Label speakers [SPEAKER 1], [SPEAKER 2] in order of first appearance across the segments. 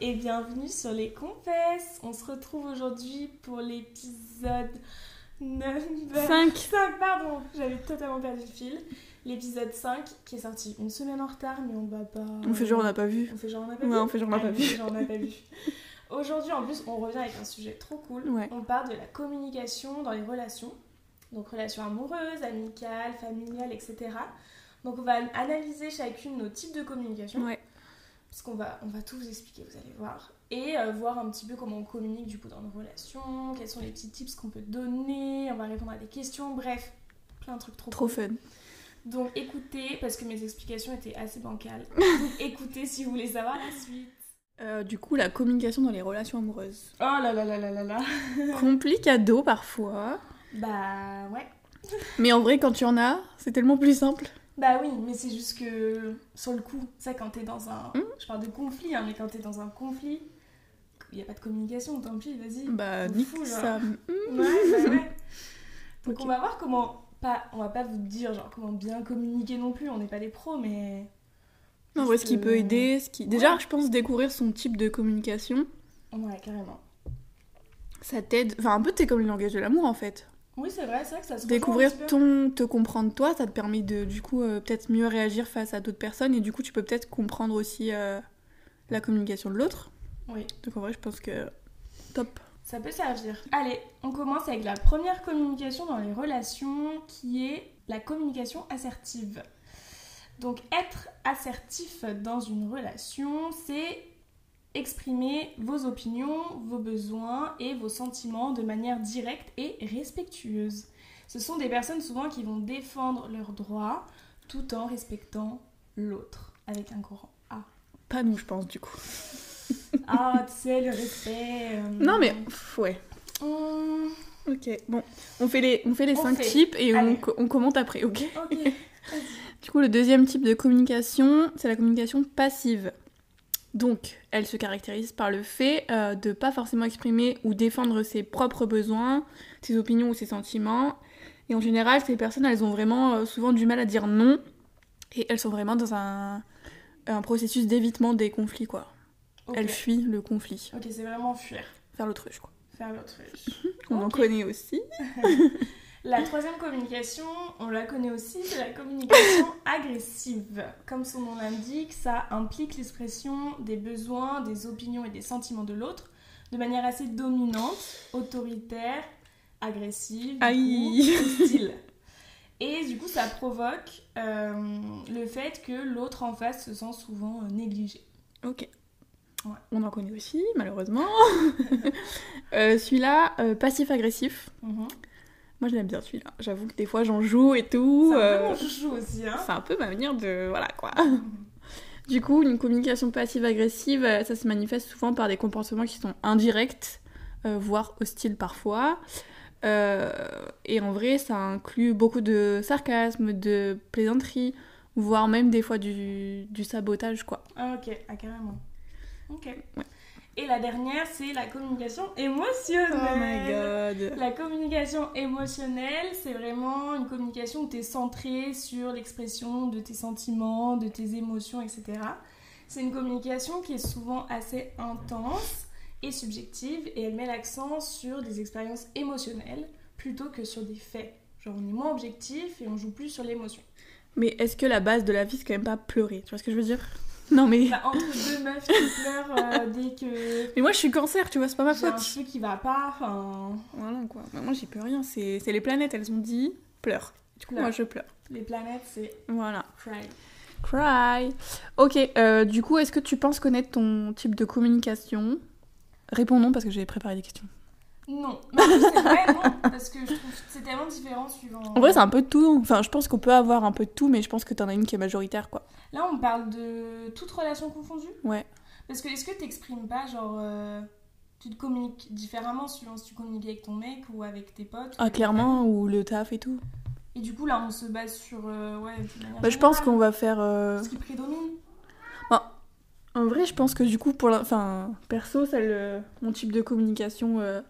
[SPEAKER 1] et bienvenue sur les confesses. On se retrouve aujourd'hui pour l'épisode number-
[SPEAKER 2] 5
[SPEAKER 1] 5, pardon, j'avais totalement perdu le fil. L'épisode 5 qui est sorti une semaine en retard, mais on va pas.
[SPEAKER 2] On fait genre on n'a pas vu.
[SPEAKER 1] On fait genre on n'a pas
[SPEAKER 2] Ouais,
[SPEAKER 1] vu.
[SPEAKER 2] on fait genre on n'a
[SPEAKER 1] Allez,
[SPEAKER 2] pas
[SPEAKER 1] on fait
[SPEAKER 2] vu.
[SPEAKER 1] genre on n'a pas vu. Aujourd'hui, en plus, on revient avec un sujet trop cool.
[SPEAKER 2] Ouais.
[SPEAKER 1] On parle de la communication dans les relations. Donc, relations amoureuses, amicales, familiales, etc. Donc, on va analyser chacune nos types de communication.
[SPEAKER 2] Ouais.
[SPEAKER 1] Parce qu'on va, on va tout vous expliquer, vous allez voir. Et euh, voir un petit peu comment on communique du coup dans nos relations, quels sont les petits tips qu'on peut donner, on va répondre à des questions, bref, plein de trucs trop,
[SPEAKER 2] Trop fun.
[SPEAKER 1] cool. Donc écoutez, parce que mes explications étaient assez bancales. Donc écoutez si vous voulez savoir la suite.
[SPEAKER 2] Euh, du coup, la communication dans les relations amoureuses.
[SPEAKER 1] Oh là là là là là là.
[SPEAKER 2] Complicado parfois.
[SPEAKER 1] Bah ouais.
[SPEAKER 2] Mais en vrai, quand tu en as, c'est tellement plus simple.
[SPEAKER 1] Bah oui, mais c'est juste que sur le coup, ça quand t'es dans un.
[SPEAKER 2] Hmm.
[SPEAKER 1] Je parle de conflit, hein, mais quand t'es dans un conflit, il n'y a pas de communication, tant pis, vas-y.
[SPEAKER 2] Bah,
[SPEAKER 1] Fou,
[SPEAKER 2] nique
[SPEAKER 1] genre.
[SPEAKER 2] ça.
[SPEAKER 1] Ouais, bah ouais. Donc
[SPEAKER 2] Ok.
[SPEAKER 1] on va voir comment pas, on va pas vous dire genre comment bien communiquer non plus. On n'est pas des pros, mais
[SPEAKER 2] En vrai, ce qui
[SPEAKER 1] Parce que-
[SPEAKER 2] peut aider, ce qui... Déjà,
[SPEAKER 1] Ouais.
[SPEAKER 2] je pense découvrir son type de communication,
[SPEAKER 1] ouais carrément.
[SPEAKER 2] ça t'aide. Enfin, un peu, t'es comme le langage de l'amour, en fait.
[SPEAKER 1] Oui c'est vrai, c'est vrai que ça se rejoint un
[SPEAKER 2] Découvrir
[SPEAKER 1] petit peu.
[SPEAKER 2] ton... Te comprendre toi, ça te permet de, du coup, euh, peut-être mieux réagir face à d'autres personnes. Et du coup, tu peux peut-être comprendre aussi euh, la communication de l'autre.
[SPEAKER 1] Oui,
[SPEAKER 2] Donc, en vrai, je pense que... Top.
[SPEAKER 1] ça peut servir. Allez, on commence avec la première communication dans les relations qui est la communication assertive. Donc être assertif dans une relation, c'est exprimer vos opinions, vos besoins et vos sentiments de manière directe et respectueuse. Ce sont des personnes souvent qui vont défendre leurs droits tout en respectant l'autre avec un courant A.
[SPEAKER 2] Pas nous, je pense, du coup.
[SPEAKER 1] Ah, tu sais, le respect. euh,
[SPEAKER 2] Non, mais... pff, Ouais.
[SPEAKER 1] hum,
[SPEAKER 2] Mm. Ok, bon, on fait les, on fait les
[SPEAKER 1] On
[SPEAKER 2] cinq
[SPEAKER 1] fait.
[SPEAKER 2] types et on,
[SPEAKER 1] Allez.
[SPEAKER 2] co- on commente après, ok
[SPEAKER 1] Ok.
[SPEAKER 2] Du coup, le deuxième type de communication, c'est la communication passive. Donc, elle se caractérise par le fait euh, de pas forcément exprimer ou défendre ses propres besoins, ses opinions ou ses sentiments. Et en général, ces personnes, elles ont vraiment euh, souvent du mal à dire non et elles sont vraiment dans un, un processus d'évitement des conflits, quoi.
[SPEAKER 1] Ok,
[SPEAKER 2] Elles fuient le conflit
[SPEAKER 1] Ok, c'est vraiment fuir,
[SPEAKER 2] vers l'autruche, quoi.
[SPEAKER 1] faire l'autruche.
[SPEAKER 2] On en
[SPEAKER 1] Ok.
[SPEAKER 2] connaît aussi.
[SPEAKER 1] La troisième communication, on la connaît aussi, c'est la communication agressive. Comme son nom l'indique, ça implique l'expression des besoins, des opinions et des sentiments de l'autre de manière assez dominante, autoritaire, agressive, du
[SPEAKER 2] Aïe.
[SPEAKER 1] coup, hostile. Et du coup, ça provoque euh, le fait que l'autre en face se sent souvent euh, négligé.
[SPEAKER 2] Ok.
[SPEAKER 1] Ouais.
[SPEAKER 2] On en connaît aussi, malheureusement. Euh, celui-là, euh, passif-agressif.
[SPEAKER 1] Mhm.
[SPEAKER 2] Moi, je l'aime bien celui-là. J'avoue que des fois, j'en joue et tout.
[SPEAKER 1] C'est un peu
[SPEAKER 2] euh,
[SPEAKER 1] mon chouchou aussi, hein.
[SPEAKER 2] c'est un peu ma manière de. Voilà quoi. Du coup, une communication passive-agressive, euh, ça se manifeste souvent par des comportements qui sont indirects, euh, voire hostiles parfois. Euh, et en vrai, ça inclut beaucoup de sarcasme, de plaisanterie, voire même des fois du, du sabotage quoi.
[SPEAKER 1] Ah ok, ah carrément. Ok. Et la dernière, c'est la communication émotionnelle.
[SPEAKER 2] Oh god!
[SPEAKER 1] La communication émotionnelle, c'est vraiment une communication où tu es centré sur l'expression de tes sentiments, de tes émotions, etc. C'est une communication qui est souvent assez intense et subjective et elle met l'accent sur des expériences émotionnelles plutôt que sur des faits. Genre on est moins objectif et on joue plus sur l'émotion.
[SPEAKER 2] Mais est-ce que la base de la vie, c'est quand même pas pleurer Tu vois ce que je veux dire Non, mais...
[SPEAKER 1] Bah, entre deux meufs qui pleurent euh, dès que
[SPEAKER 2] mais moi, je suis cancer, tu vois, c'est pas ma
[SPEAKER 1] J'ai un
[SPEAKER 2] faute.
[SPEAKER 1] cheveu qui va pas, enfin,
[SPEAKER 2] Voilà, quoi. Bah, moi, j'y peux rien. C'est c'est les planètes, elles ont dit pleure. Du coup,
[SPEAKER 1] Pleure.
[SPEAKER 2] moi, je pleure.
[SPEAKER 1] les planètes, c'est
[SPEAKER 2] Voilà.
[SPEAKER 1] cry.
[SPEAKER 2] Cry. Ok, euh, du coup, est-ce que tu penses connaître ton type de communication Réponds non, parce que j'ai préparé des questions.
[SPEAKER 1] Non, mais en plus, c'est vraiment parce que je trouve que c'est tellement différent suivant.
[SPEAKER 2] En vrai, c'est un peu de tout. Enfin, je pense qu'on peut avoir un peu de tout, mais je pense que t'en as une qui est majoritaire, quoi.
[SPEAKER 1] Là, on parle de toute relation confondue.
[SPEAKER 2] Ouais.
[SPEAKER 1] Parce que est-ce que t'exprimes pas, genre, euh, tu te communiques différemment suivant si tu communiques avec ton mec ou avec tes potes
[SPEAKER 2] Ah, clairement, ou le taf et tout.
[SPEAKER 1] Et du coup, là, on se base sur. euh, ouais, de manière
[SPEAKER 2] Bah, je pense
[SPEAKER 1] générale,
[SPEAKER 2] qu'on va faire... euh,
[SPEAKER 1] Ce qui prédomine.
[SPEAKER 2] En vrai, je pense que du coup, pour l'in- enfin, perso, celle, euh, mon type de communication euh,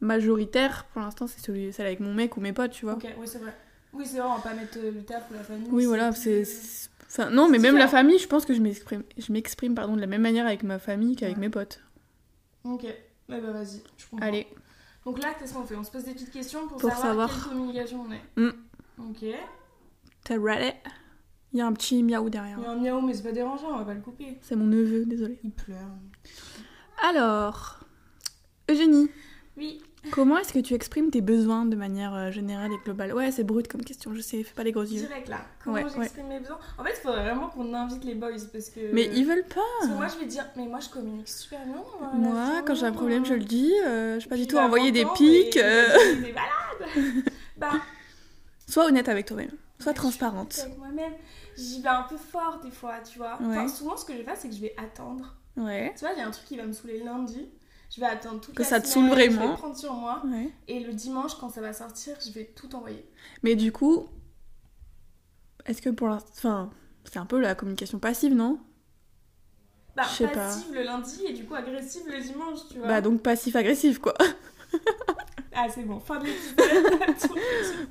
[SPEAKER 2] majoritaire, pour l'instant, c'est celui, celle avec mon mec ou mes potes, tu vois.
[SPEAKER 1] Ok, oui, c'est vrai. Oui, c'est vrai, on va pas mettre euh, le taf ou la famille.
[SPEAKER 2] Oui, voilà, c'est.
[SPEAKER 1] plus-
[SPEAKER 2] c'est- Enfin, non, mais
[SPEAKER 1] C'est
[SPEAKER 2] même la
[SPEAKER 1] différent.
[SPEAKER 2] famille, je pense que je m'exprime, je m'exprime, pardon, de la même manière avec ma famille qu'avec
[SPEAKER 1] Ouais.
[SPEAKER 2] mes potes.
[SPEAKER 1] Ok, eh ben vas-y, je comprends.
[SPEAKER 2] Allez.
[SPEAKER 1] Donc là, qu'est-ce qu'on fait On se pose des petites questions pour,
[SPEAKER 2] Pour
[SPEAKER 1] savoir,
[SPEAKER 2] savoir.
[SPEAKER 1] quelle communication on est.
[SPEAKER 2] Mm.
[SPEAKER 1] Ok. Il
[SPEAKER 2] T'as ready Il y a un petit miaou derrière.
[SPEAKER 1] y a un miaou, mais c'est pas dérangeant, on va pas le couper.
[SPEAKER 2] C'est mon neveu, désolé.
[SPEAKER 1] Il pleure.
[SPEAKER 2] Alors, Eugénie,
[SPEAKER 1] Oui.
[SPEAKER 2] comment est-ce que tu exprimes tes besoins de manière euh, générale et globale Ouais, c'est brut comme question, je sais, fais pas les gros yeux.
[SPEAKER 1] Direct là. Comment
[SPEAKER 2] Ouais,
[SPEAKER 1] j'exprime mes besoins En fait, il faudrait vraiment qu'on invite les boys parce que.
[SPEAKER 2] Mais ils veulent pas
[SPEAKER 1] Parce que moi, je vais dire, mais moi, je communique super bien. dans la
[SPEAKER 2] Moi,
[SPEAKER 1] relation,
[SPEAKER 2] quand j'ai un problème, je le dis, euh, je sais pas
[SPEAKER 1] Puis
[SPEAKER 2] du tout
[SPEAKER 1] il a
[SPEAKER 2] envoyer des
[SPEAKER 1] 20 ans,
[SPEAKER 2] pics.
[SPEAKER 1] et-
[SPEAKER 2] euh.
[SPEAKER 1] et il est malade. bah,
[SPEAKER 2] Sois honnête avec toi-même, sois
[SPEAKER 1] je suis
[SPEAKER 2] transparente.
[SPEAKER 1] Avec moi-même, j'y vais un peu fort des fois, tu vois. Enfin,
[SPEAKER 2] Ouais.
[SPEAKER 1] souvent, ce que je vais faire, c'est que je vais attendre.
[SPEAKER 2] Ouais,
[SPEAKER 1] Tu vois, il y a un truc qui va me saouler le lundi. Je vais attendre toute
[SPEAKER 2] Que
[SPEAKER 1] la
[SPEAKER 2] ça te
[SPEAKER 1] semaine,
[SPEAKER 2] saoule
[SPEAKER 1] Je vais
[SPEAKER 2] vraiment.
[SPEAKER 1] le prendre sur moi.
[SPEAKER 2] ouais.
[SPEAKER 1] Et le dimanche, quand ça va sortir, je vais tout envoyer.
[SPEAKER 2] Mais du coup, est-ce que pour l'instant. Enfin, c'est un peu la communication passive, non
[SPEAKER 1] Bah,
[SPEAKER 2] Je sais pas.
[SPEAKER 1] passive le lundi et du coup agressive le dimanche, tu vois.
[SPEAKER 2] Bah, donc passif-agressif, quoi.
[SPEAKER 1] Ah, c'est bon, fin de l'épisode.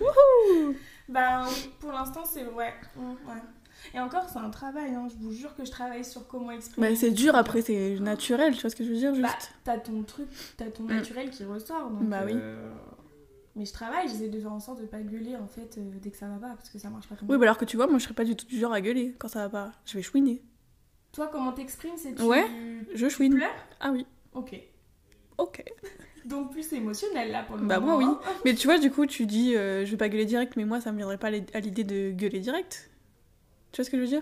[SPEAKER 1] bah, oui, pour l'instant, c'est ouais. Mm, ouais. Et encore, c'est un travail, hein. je vous jure que je travaille sur comment exprimer.
[SPEAKER 2] Bah, c'est dur après, c'est naturel, tu vois ce que je veux dire,
[SPEAKER 1] Bah,
[SPEAKER 2] juste.
[SPEAKER 1] t'as ton truc, t'as ton
[SPEAKER 2] Mm.
[SPEAKER 1] naturel qui ressort. donc,
[SPEAKER 2] Bah oui.
[SPEAKER 1] euh, Mais je travaille, j'essaie de faire en sorte de pas gueuler en fait euh, dès que ça va pas, parce que ça marche pas comme ça.
[SPEAKER 2] Oui, bah alors que tu vois, moi je serais pas du tout du genre à gueuler quand ça va pas. Je vais chouiner.
[SPEAKER 1] Toi, comment t'exprimes C'est tu
[SPEAKER 2] Ouais. Je
[SPEAKER 1] tu
[SPEAKER 2] chouine.
[SPEAKER 1] pleures
[SPEAKER 2] Ah oui,
[SPEAKER 1] Ok.
[SPEAKER 2] ok.
[SPEAKER 1] Donc plus émotionnel là pour le
[SPEAKER 2] Bah, moi
[SPEAKER 1] moment.
[SPEAKER 2] oui.
[SPEAKER 1] hein.
[SPEAKER 2] Mais tu vois, du coup, tu dis euh, je vais pas gueuler direct, mais moi ça me viendrait pas à l'id- à l'idée de gueuler direct. Tu vois ce que je veux dire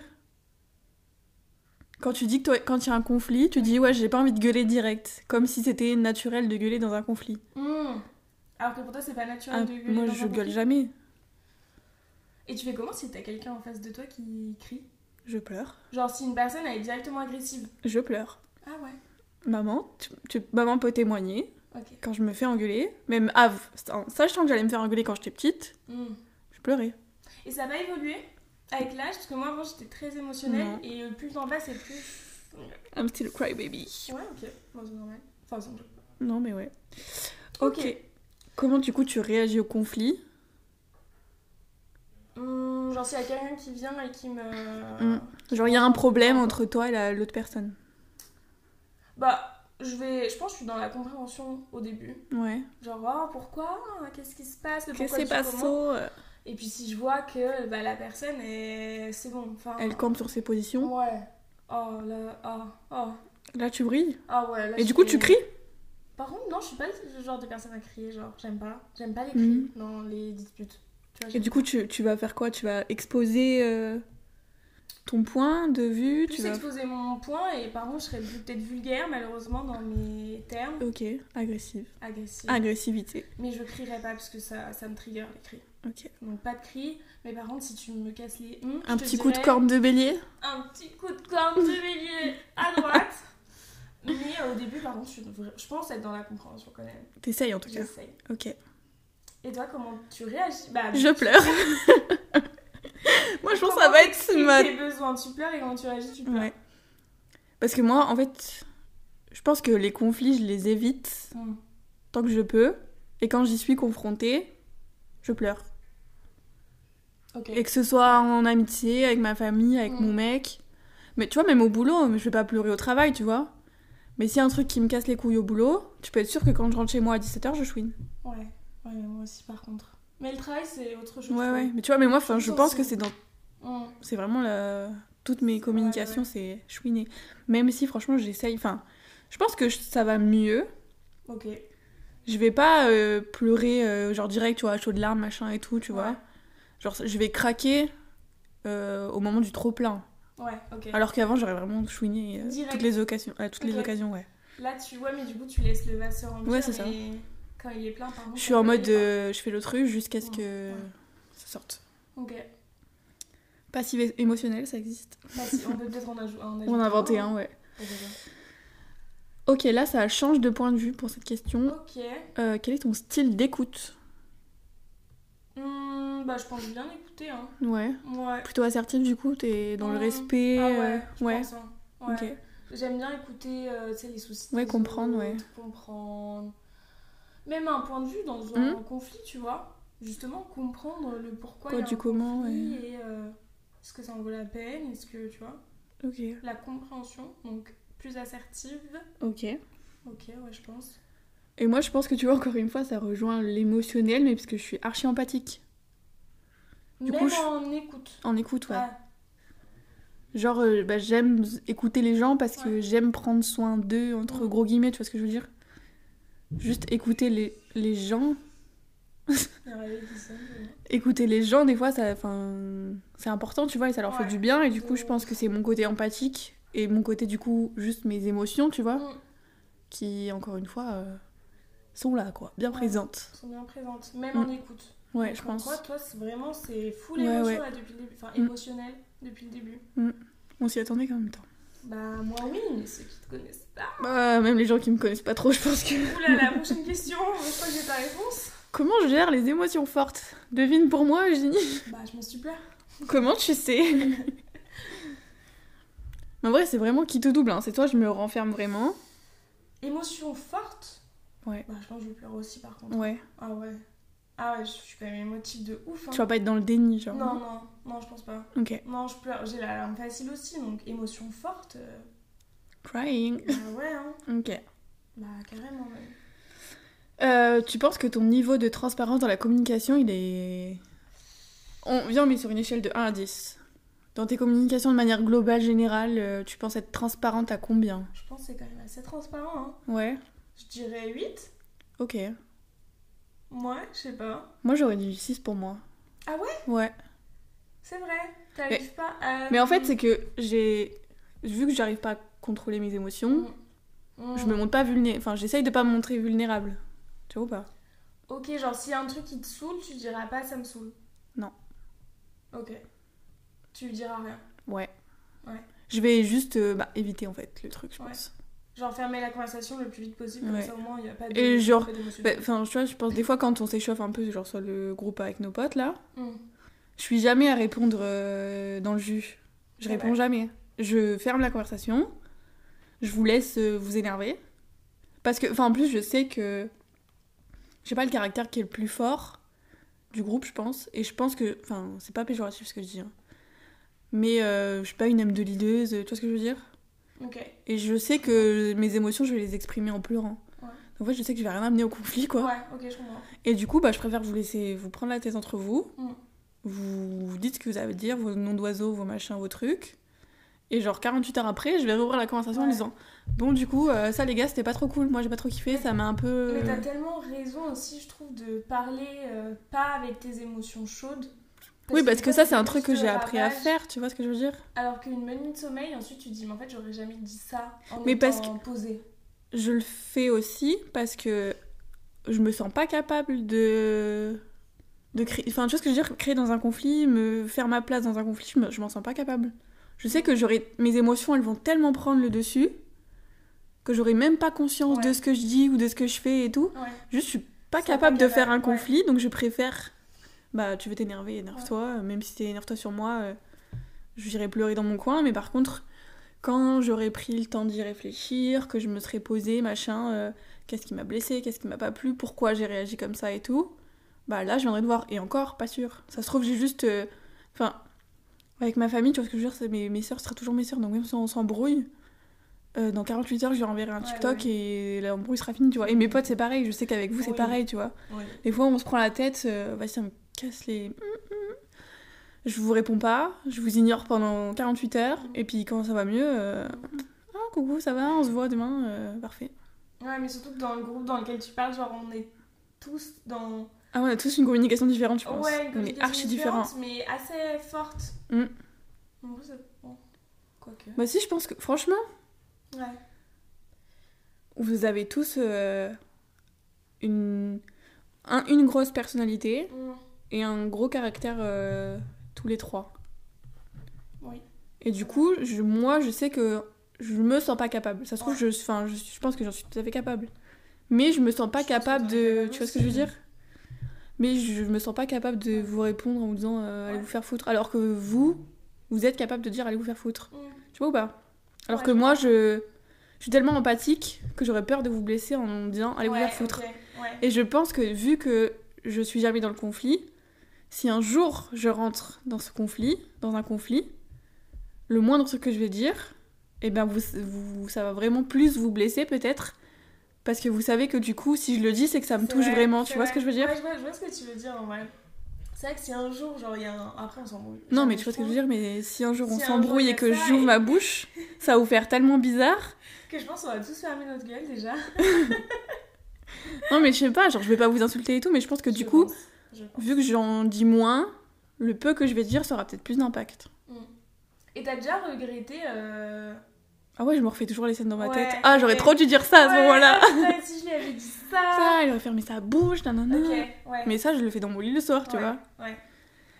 [SPEAKER 2] Quand tu dis que toi, quand il y a un conflit, tu dis ouais, j'ai pas envie de gueuler direct. Comme si c'était naturel de gueuler dans un conflit.
[SPEAKER 1] Mm. Alors que pour toi, c'est pas naturel
[SPEAKER 2] Ah,
[SPEAKER 1] de gueuler.
[SPEAKER 2] moi
[SPEAKER 1] dans un
[SPEAKER 2] je gueule
[SPEAKER 1] conflit.
[SPEAKER 2] jamais.
[SPEAKER 1] Et tu fais comment si t'as quelqu'un en face de toi qui crie
[SPEAKER 2] Je pleure.
[SPEAKER 1] Genre si une personne elle est directement agressive.
[SPEAKER 2] Je pleure.
[SPEAKER 1] Ah ouais,
[SPEAKER 2] Maman, tu- tu- maman peut témoigner.
[SPEAKER 1] ok.
[SPEAKER 2] Quand je me fais engueuler, même Ave, sachant que j'allais me faire engueuler quand j'étais petite,
[SPEAKER 1] Hmm.
[SPEAKER 2] je pleurais.
[SPEAKER 1] Et ça va évoluer avec l'âge parce que moi avant j'étais très émotionnelle
[SPEAKER 2] Non.
[SPEAKER 1] et euh, plus j'en passe et plus.
[SPEAKER 2] I'm still a crybaby.
[SPEAKER 1] Ouais, ok, Bon, c'est normal. Enfin, sans doute.
[SPEAKER 2] Non, mais ouais.
[SPEAKER 1] Ok.
[SPEAKER 2] ok. Comment du coup tu réagis au conflit
[SPEAKER 1] Hmm, genre s'il y a quelqu'un qui vient et qui me.
[SPEAKER 2] Hmm. Genre, il y a un problème entre toi et la- l'autre personne.
[SPEAKER 1] Bah, je vais. Je pense que je suis dans la compréhension au début.
[SPEAKER 2] Ouais.
[SPEAKER 1] Genre, oh, pourquoi Qu'est-ce qui se passe Le
[SPEAKER 2] Que
[SPEAKER 1] pourquoi
[SPEAKER 2] c'est
[SPEAKER 1] du
[SPEAKER 2] pas
[SPEAKER 1] comment
[SPEAKER 2] ça
[SPEAKER 1] Et puis si je vois que bah, la personne est. C'est bon. Enfin.
[SPEAKER 2] Elle campe sur ses positions.
[SPEAKER 1] Ouais. Oh là. Ah. ah.
[SPEAKER 2] Là, tu brilles.
[SPEAKER 1] Ah ouais. là,
[SPEAKER 2] Et
[SPEAKER 1] je
[SPEAKER 2] du coup,
[SPEAKER 1] fais-
[SPEAKER 2] tu cries.
[SPEAKER 1] Par contre, non, je suis pas le genre de personne à crier. Genre, j'aime pas. J'aime pas les
[SPEAKER 2] Mhm.
[SPEAKER 1] cris dans les disputes. Tu vois,
[SPEAKER 2] Et
[SPEAKER 1] j'aime
[SPEAKER 2] du coup, tu, tu vas faire quoi Tu vas exposer euh, ton point de vue
[SPEAKER 1] plus
[SPEAKER 2] tu vas...
[SPEAKER 1] exposer mon point et par contre, je serais peut-être vulgaire, malheureusement, dans mes termes
[SPEAKER 2] Ok, agressive.
[SPEAKER 1] agressifs.
[SPEAKER 2] Ah. Agressivité.
[SPEAKER 1] Mais je crierai pas parce que ça, ça me trigger les cris.
[SPEAKER 2] Ok.
[SPEAKER 1] Donc, pas de cris. Mais par contre, si tu me casses les hum,
[SPEAKER 2] Un
[SPEAKER 1] je te
[SPEAKER 2] petit coup de
[SPEAKER 1] dirais
[SPEAKER 2] corne de bélier
[SPEAKER 1] Un petit coup de corne de bélier à droite. Mais euh, au début, par contre, je, suis vra- je pense être dans la compréhension quand même.
[SPEAKER 2] T'essayes en tout cas.
[SPEAKER 1] J'essaye.
[SPEAKER 2] Ok.
[SPEAKER 1] Et toi, comment tu réagis bah,
[SPEAKER 2] Je pleure. Moi, je pense que ça va être
[SPEAKER 1] Comment
[SPEAKER 2] ma
[SPEAKER 1] t'exprimes tes besoins, tu pleures et quand tu réagis, tu pleures.
[SPEAKER 2] Ouais. Parce que moi, en fait, je pense que les conflits, je les évite
[SPEAKER 1] Hmm.
[SPEAKER 2] tant que je peux. Et quand j'y suis confrontée, je pleure.
[SPEAKER 1] Ok.
[SPEAKER 2] Et que ce soit en amitié, avec ma famille, avec
[SPEAKER 1] Mm.
[SPEAKER 2] mon mec. Mais tu vois, même au boulot, mais je vais pas pleurer au travail, tu vois. Mais s'il y a un truc qui me casse les couilles au boulot, tu peux être sûr que quand je rentre chez moi à 17h, je chouine.
[SPEAKER 1] Ouais. Ouais, mais moi aussi, par contre. Mais le travail, c'est autre chose.
[SPEAKER 2] Ouais,
[SPEAKER 1] je
[SPEAKER 2] ouais.
[SPEAKER 1] trouve.
[SPEAKER 2] Mais tu vois, mais moi, enfin, je
[SPEAKER 1] Tout
[SPEAKER 2] pense
[SPEAKER 1] aussi.
[SPEAKER 2] que c'est dans.
[SPEAKER 1] Hmm.
[SPEAKER 2] C'est vraiment la... toutes mes communications, c'est chouiner. Même si, franchement, j'essaye. Enfin, je pense que je- ça va mieux.
[SPEAKER 1] Ok.
[SPEAKER 2] Je vais pas euh, pleurer, euh, genre direct, tu vois, à chaud de larmes, machin et tout, tu
[SPEAKER 1] Ouais.
[SPEAKER 2] vois. Genre, je vais craquer euh, au moment du trop-plein.
[SPEAKER 1] Ouais, ok.
[SPEAKER 2] Alors qu'avant, j'aurais vraiment chouiné euh,
[SPEAKER 1] Direct.
[SPEAKER 2] toutes les occasions. à toutes les
[SPEAKER 1] Ok.
[SPEAKER 2] occasions, ouais.
[SPEAKER 1] Là, tu. Ouais, mais du coup, tu laisses le vase se remplir.
[SPEAKER 2] Ouais, c'est ça.
[SPEAKER 1] mais Quand il est plein, par contre.
[SPEAKER 2] Je
[SPEAKER 1] ça
[SPEAKER 2] suis en
[SPEAKER 1] peut
[SPEAKER 2] mode,
[SPEAKER 1] aller,
[SPEAKER 2] euh, je fais l'autruche jusqu'à ce
[SPEAKER 1] Ouais,
[SPEAKER 2] que
[SPEAKER 1] ouais.
[SPEAKER 2] ça sorte.
[SPEAKER 1] quoi. Ah, Ok.
[SPEAKER 2] Passive émotionnel, ça existe.
[SPEAKER 1] Bah, si, on peut peut-être en, ajou- en ajouter.
[SPEAKER 2] On a inventé un, ouais.
[SPEAKER 1] Ok,
[SPEAKER 2] Ok, là, ça change de point de vue pour cette question.
[SPEAKER 1] Ok.
[SPEAKER 2] Euh, quel est ton style d'écoute
[SPEAKER 1] Hmm, bah, je pense bien écouter, hein.
[SPEAKER 2] Ouais.
[SPEAKER 1] Ouais.
[SPEAKER 2] Plutôt assertif, du coup, t'es dans le
[SPEAKER 1] Mm.
[SPEAKER 2] respect.
[SPEAKER 1] ah
[SPEAKER 2] euh,
[SPEAKER 1] ouais, je
[SPEAKER 2] ouais.
[SPEAKER 1] pense, hein. Ouais.
[SPEAKER 2] Ok.
[SPEAKER 1] J'aime bien écouter euh, tu sais, les soucis.
[SPEAKER 2] Ouais,
[SPEAKER 1] des
[SPEAKER 2] comprendre,
[SPEAKER 1] autres,
[SPEAKER 2] ouais.
[SPEAKER 1] Comprendre. Même un point de vue dans un conflit, tu vois. Justement, comprendre le pourquoi. il
[SPEAKER 2] Quoi
[SPEAKER 1] y a
[SPEAKER 2] du
[SPEAKER 1] un
[SPEAKER 2] comment, Hmm. ouais.
[SPEAKER 1] conflit Et euh, est-ce que ça en vaut la peine Est-ce que, tu vois,
[SPEAKER 2] Ok.
[SPEAKER 1] la compréhension, donc plus assertive.
[SPEAKER 2] Ok.
[SPEAKER 1] Ok, ouais, je pense.
[SPEAKER 2] Et moi, je pense que tu vois, encore une fois, ça rejoint l'émotionnel, mais parce que je suis archi empathique. Du
[SPEAKER 1] Même
[SPEAKER 2] coup, je-
[SPEAKER 1] en écoute.
[SPEAKER 2] En écoute, ouais.
[SPEAKER 1] Ah,
[SPEAKER 2] Genre, euh, bah, j'aime écouter les gens parce que
[SPEAKER 1] Ouais. Mm.
[SPEAKER 2] j'aime prendre soin d'eux, entre gros guillemets, tu vois ce que je veux dire Juste écouter les, les gens.
[SPEAKER 1] il y aurait eu des sons, mais-
[SPEAKER 2] Écouter les gens, des fois, ça, 'fin, c'est important, tu vois, et ça leur fait
[SPEAKER 1] Ouais.
[SPEAKER 2] du bien. Et du coup, je
[SPEAKER 1] Mm.
[SPEAKER 2] pense que c'est mon côté empathique et mon côté, du coup, juste mes émotions, tu vois,
[SPEAKER 1] Mm.
[SPEAKER 2] qui, encore une fois, euh, sont là, quoi, bien
[SPEAKER 1] Ouais.
[SPEAKER 2] présentes.
[SPEAKER 1] Elles sont bien présentes, même
[SPEAKER 2] Mm.
[SPEAKER 1] en écoute.
[SPEAKER 2] Ouais,
[SPEAKER 1] Donc,
[SPEAKER 2] je
[SPEAKER 1] comme
[SPEAKER 2] pense.
[SPEAKER 1] quoi, toi, c'est vraiment, c'est full
[SPEAKER 2] Ouais,
[SPEAKER 1] émotion
[SPEAKER 2] ouais.
[SPEAKER 1] là depuis le début. Enfin,
[SPEAKER 2] Mm.
[SPEAKER 1] émotionnel depuis le début.
[SPEAKER 2] On s'y attendait quand même temps.
[SPEAKER 1] Bah, moi, oui, mais ceux qui te connaissent pas.
[SPEAKER 2] Bah, même les gens qui me connaissent pas trop, je pense que.
[SPEAKER 1] Ouh là là, prochaine question, je crois que j'ai ta réponse.
[SPEAKER 2] Comment je gère les émotions fortes Devine pour moi, Eugénie.
[SPEAKER 1] Bah, je m'en suis pleure.
[SPEAKER 2] Comment tu sais Mais en vrai, c'est vraiment qui te double. hein. C'est toi, je me renferme vraiment.
[SPEAKER 1] Émotion forte
[SPEAKER 2] Ouais.
[SPEAKER 1] Bah, je pense que je pleure aussi par contre.
[SPEAKER 2] Ouais.
[SPEAKER 1] Ah ouais. Ah ouais, je suis quand même émotive de ouf. hein.
[SPEAKER 2] Tu vas pas être dans le déni, genre.
[SPEAKER 1] Non, non, non, je pense pas.
[SPEAKER 2] Ok.
[SPEAKER 1] Non, je pleure, j'ai la larme facile aussi, donc émotion forte. euh,
[SPEAKER 2] Crying.
[SPEAKER 1] bah ouais, hein.
[SPEAKER 2] Ok.
[SPEAKER 1] Bah, carrément même.
[SPEAKER 2] Euh, tu penses que ton niveau de transparence dans la communication, il est. On vient, mais sur une échelle de 1 à 10. Dans tes communications de manière globale, générale, euh, tu penses être transparente à combien
[SPEAKER 1] Je pense que c'est quand même assez transparent, hein.
[SPEAKER 2] Ouais.
[SPEAKER 1] Je dirais 8.
[SPEAKER 2] Ok.
[SPEAKER 1] Ouais, je sais pas.
[SPEAKER 2] Moi, j'aurais dit 6 pour moi.
[SPEAKER 1] Ah
[SPEAKER 2] ouais Ouais.
[SPEAKER 1] C'est vrai, t'arrives pas à...
[SPEAKER 2] Mais en fait, c'est que j'ai. Vu que j'arrive pas à contrôler mes
[SPEAKER 1] Mm.
[SPEAKER 2] émotions, Je me montre pas vulnérable. Enfin, j'essaye de pas me montrer vulnérable. Tu vois ou pas
[SPEAKER 1] Ok, genre s'il y a un truc qui te saoule, tu diras pas ça me saoule.
[SPEAKER 2] Non.
[SPEAKER 1] Ok. Tu lui diras rien.
[SPEAKER 2] Ouais.
[SPEAKER 1] Ouais.
[SPEAKER 2] Je vais juste euh, bah, éviter en fait le truc, je
[SPEAKER 1] Ouais.
[SPEAKER 2] pense.
[SPEAKER 1] Genre fermer la conversation le plus vite possible, comme
[SPEAKER 2] Ouais.
[SPEAKER 1] ça au moins il n'y a pas de...
[SPEAKER 2] Et genre,
[SPEAKER 1] pas d'émotion.
[SPEAKER 2] Bah, Enfin, tu vois, je pense des fois quand on s'échauffe un peu, genre sur le groupe avec nos potes là,
[SPEAKER 1] Mm.
[SPEAKER 2] je suis jamais à répondre euh, dans le jus. Je
[SPEAKER 1] Ouais,
[SPEAKER 2] réponds
[SPEAKER 1] ouais.
[SPEAKER 2] jamais. Je ferme la conversation. Je vous laisse euh, vous énerver. Parce que, enfin, en plus, je sais que j'ai pas le caractère qui est le plus fort du groupe, je pense. Et je pense que, enfin, c'est pas péjoratif ce que je dis. hein. Mais euh, je suis pas une âme de lideuse, tu vois ce que je veux dire
[SPEAKER 1] Ok.
[SPEAKER 2] Et je sais que mes émotions, je vais les exprimer en pleurant.
[SPEAKER 1] Ouais.
[SPEAKER 2] En fait, je sais que je vais rien amener au conflit, quoi.
[SPEAKER 1] Ouais, ok, je comprends.
[SPEAKER 2] Et du coup, bah, je préfère vous laisser vous prendre la tête entre vous.
[SPEAKER 1] Mm.
[SPEAKER 2] Vous, vous dites ce que vous avez à dire, vos noms d'oiseaux, vos machins, vos trucs. Et genre 48 heures après, je vais rouvrir la conversation en
[SPEAKER 1] Ouais.
[SPEAKER 2] disant Bon, du coup, euh, ça les gars, c'était pas trop cool. Moi, j'ai pas trop kiffé, ça m'a un peu.
[SPEAKER 1] Mais t'as tellement raison aussi, je trouve, de parler euh, pas avec tes émotions chaudes.
[SPEAKER 2] Oui, parce que
[SPEAKER 1] des fois,
[SPEAKER 2] ça, c'est
[SPEAKER 1] ça
[SPEAKER 2] un
[SPEAKER 1] fait
[SPEAKER 2] truc que
[SPEAKER 1] juste
[SPEAKER 2] j'ai appris à
[SPEAKER 1] ravage.
[SPEAKER 2] faire, tu vois ce que je veux dire
[SPEAKER 1] Alors qu'une minute de sommeil, ensuite tu dis, mais en fait j'aurais jamais dit ça en
[SPEAKER 2] Mais
[SPEAKER 1] étant
[SPEAKER 2] parce
[SPEAKER 1] posée.
[SPEAKER 2] Je le fais aussi parce que je me sens pas capable de. de créer. Enfin, tu vois ce que je veux dire Créer dans un conflit, me faire ma place dans un conflit, je me- je m'en sens pas capable. Je sais que j'aurais mes émotions, elles vont tellement prendre le dessus que j'aurais même pas conscience de
[SPEAKER 1] Ouais.
[SPEAKER 2] ce que je dis ou de ce que je fais et tout.
[SPEAKER 1] Ouais.
[SPEAKER 2] Juste, je suis pas
[SPEAKER 1] Ça va
[SPEAKER 2] capable de
[SPEAKER 1] capable,
[SPEAKER 2] faire un
[SPEAKER 1] ouais.
[SPEAKER 2] conflit, donc je préfère. Bah, tu veux t'énerver, énerve-toi. Euh, Même si t'énerves-toi sur moi, euh, j'irai pleurer dans mon coin. Mais par contre, quand j'aurai pris le temps d'y réfléchir, que je me serais posée, machin, euh, qu'est-ce qui m'a blessé, qu'est-ce qui m'a pas plu, pourquoi j'ai réagi comme ça et tout, bah là, je viendrai te voir. Et encore, pas sûr. Ça se trouve, j'ai juste. euh, Enfin, avec ma famille, tu vois ce que je veux dire, c'est mes, mes soeurs, ce sera toujours mes soeurs. Donc même si on s'embrouille. euh, dans 48 heures, je leur enverrai un
[SPEAKER 1] Ouais,
[SPEAKER 2] TikTok et l'embrouille sera finie, tu vois. Et mes potes, c'est pareil, je sais qu'avec vous, c'est
[SPEAKER 1] Oui.
[SPEAKER 2] pareil, tu vois.
[SPEAKER 1] Ouais.
[SPEAKER 2] Des fois, on se prend la tête, euh, vas-y, ça me casse les. Je vous réponds pas, je vous ignore pendant 48 heures, et puis quand ça va mieux, euh, ah coucou, ça va, on se voit demain, euh, parfait.
[SPEAKER 1] Ouais, mais surtout que dans le groupe dans lequel tu parles, genre on est tous dans.
[SPEAKER 2] Ah, on a tous une communication différente, je pense.
[SPEAKER 1] Ouais, une
[SPEAKER 2] on est
[SPEAKER 1] communication
[SPEAKER 2] archi différents.
[SPEAKER 1] différente, Mais assez forte.
[SPEAKER 2] Mm.
[SPEAKER 1] En gros, c'est bon. Quoique.
[SPEAKER 2] Bah, si, je pense que, franchement,
[SPEAKER 1] Ouais.
[SPEAKER 2] vous avez tous euh, une... un- une grosse personnalité
[SPEAKER 1] Mm.
[SPEAKER 2] et un gros caractère, euh, tous les trois.
[SPEAKER 1] Oui.
[SPEAKER 2] Et du coup, je- moi, je sais que je me sens pas capable. Ça se trouve, je, enfin, je, je pense que j'en suis tout à fait capable. Mais je me sens pas
[SPEAKER 1] Je pense que
[SPEAKER 2] capable
[SPEAKER 1] t'en es
[SPEAKER 2] de.
[SPEAKER 1] capable
[SPEAKER 2] Tu vois ce que je veux
[SPEAKER 1] aussi.
[SPEAKER 2] dire Mais je me sens pas capable de vous répondre en vous disant euh, allez
[SPEAKER 1] Ouais.
[SPEAKER 2] vous faire foutre. Alors que vous, vous êtes capable de dire allez vous faire foutre.
[SPEAKER 1] Mm.
[SPEAKER 2] Tu vois ou pas Alors
[SPEAKER 1] Ouais,
[SPEAKER 2] que
[SPEAKER 1] je
[SPEAKER 2] moi, je, je suis tellement empathique que j'aurais peur de vous blesser en disant allez vous
[SPEAKER 1] Ouais,
[SPEAKER 2] faire foutre.
[SPEAKER 1] ok, Ouais.
[SPEAKER 2] Et je pense que vu que je suis jamais dans le conflit, si un jour je rentre dans ce conflit, dans un conflit, le moindre truc que je vais dire, eh ben vous, vous- ça va vraiment plus vous blesser peut-être Parce que vous savez que du coup, si je le dis, c'est que ça me
[SPEAKER 1] C'est
[SPEAKER 2] touche
[SPEAKER 1] vrai,
[SPEAKER 2] vraiment.
[SPEAKER 1] c'est
[SPEAKER 2] Tu vois ce
[SPEAKER 1] vrai.
[SPEAKER 2] que je veux dire
[SPEAKER 1] Ouais, je vois, je vois ce que tu veux dire en vrai. C'est vrai que si un jour, genre, il y a un. Après, on s'en brouille.
[SPEAKER 2] Non, mais tu vois ce que je veux dire Mais si un jour on
[SPEAKER 1] Si un jour,
[SPEAKER 2] s'embrouille
[SPEAKER 1] il y
[SPEAKER 2] et
[SPEAKER 1] a
[SPEAKER 2] que
[SPEAKER 1] ça
[SPEAKER 2] j'ouvre
[SPEAKER 1] et-
[SPEAKER 2] ma bouche, ça va vous faire tellement bizarre.
[SPEAKER 1] Que je pense qu'on va tous fermer notre gueule déjà.
[SPEAKER 2] Non, mais je sais pas, genre je vais pas vous insulter et tout, mais je pense que du
[SPEAKER 1] Je
[SPEAKER 2] coup,
[SPEAKER 1] pense, je pense.
[SPEAKER 2] vu que j'en dis moins, le peu que je vais dire, ça aura peut-être plus d'impact.
[SPEAKER 1] Mm. Et t'as déjà regretté. euh,
[SPEAKER 2] Ah ouais, je me refais toujours les scènes dans ma
[SPEAKER 1] Ouais,
[SPEAKER 2] tête. Ah, j'aurais
[SPEAKER 1] ouais.
[SPEAKER 2] trop dû dire ça à ce
[SPEAKER 1] Ouais,
[SPEAKER 2] moment-là.
[SPEAKER 1] putain, si je lui avais dit ça.
[SPEAKER 2] Ça, il aurait fermé sa bouche, nanana.
[SPEAKER 1] Ok, ouais.
[SPEAKER 2] Mais ça, je le fais dans mon lit le soir, tu
[SPEAKER 1] Ouais,
[SPEAKER 2] vois.
[SPEAKER 1] ouais.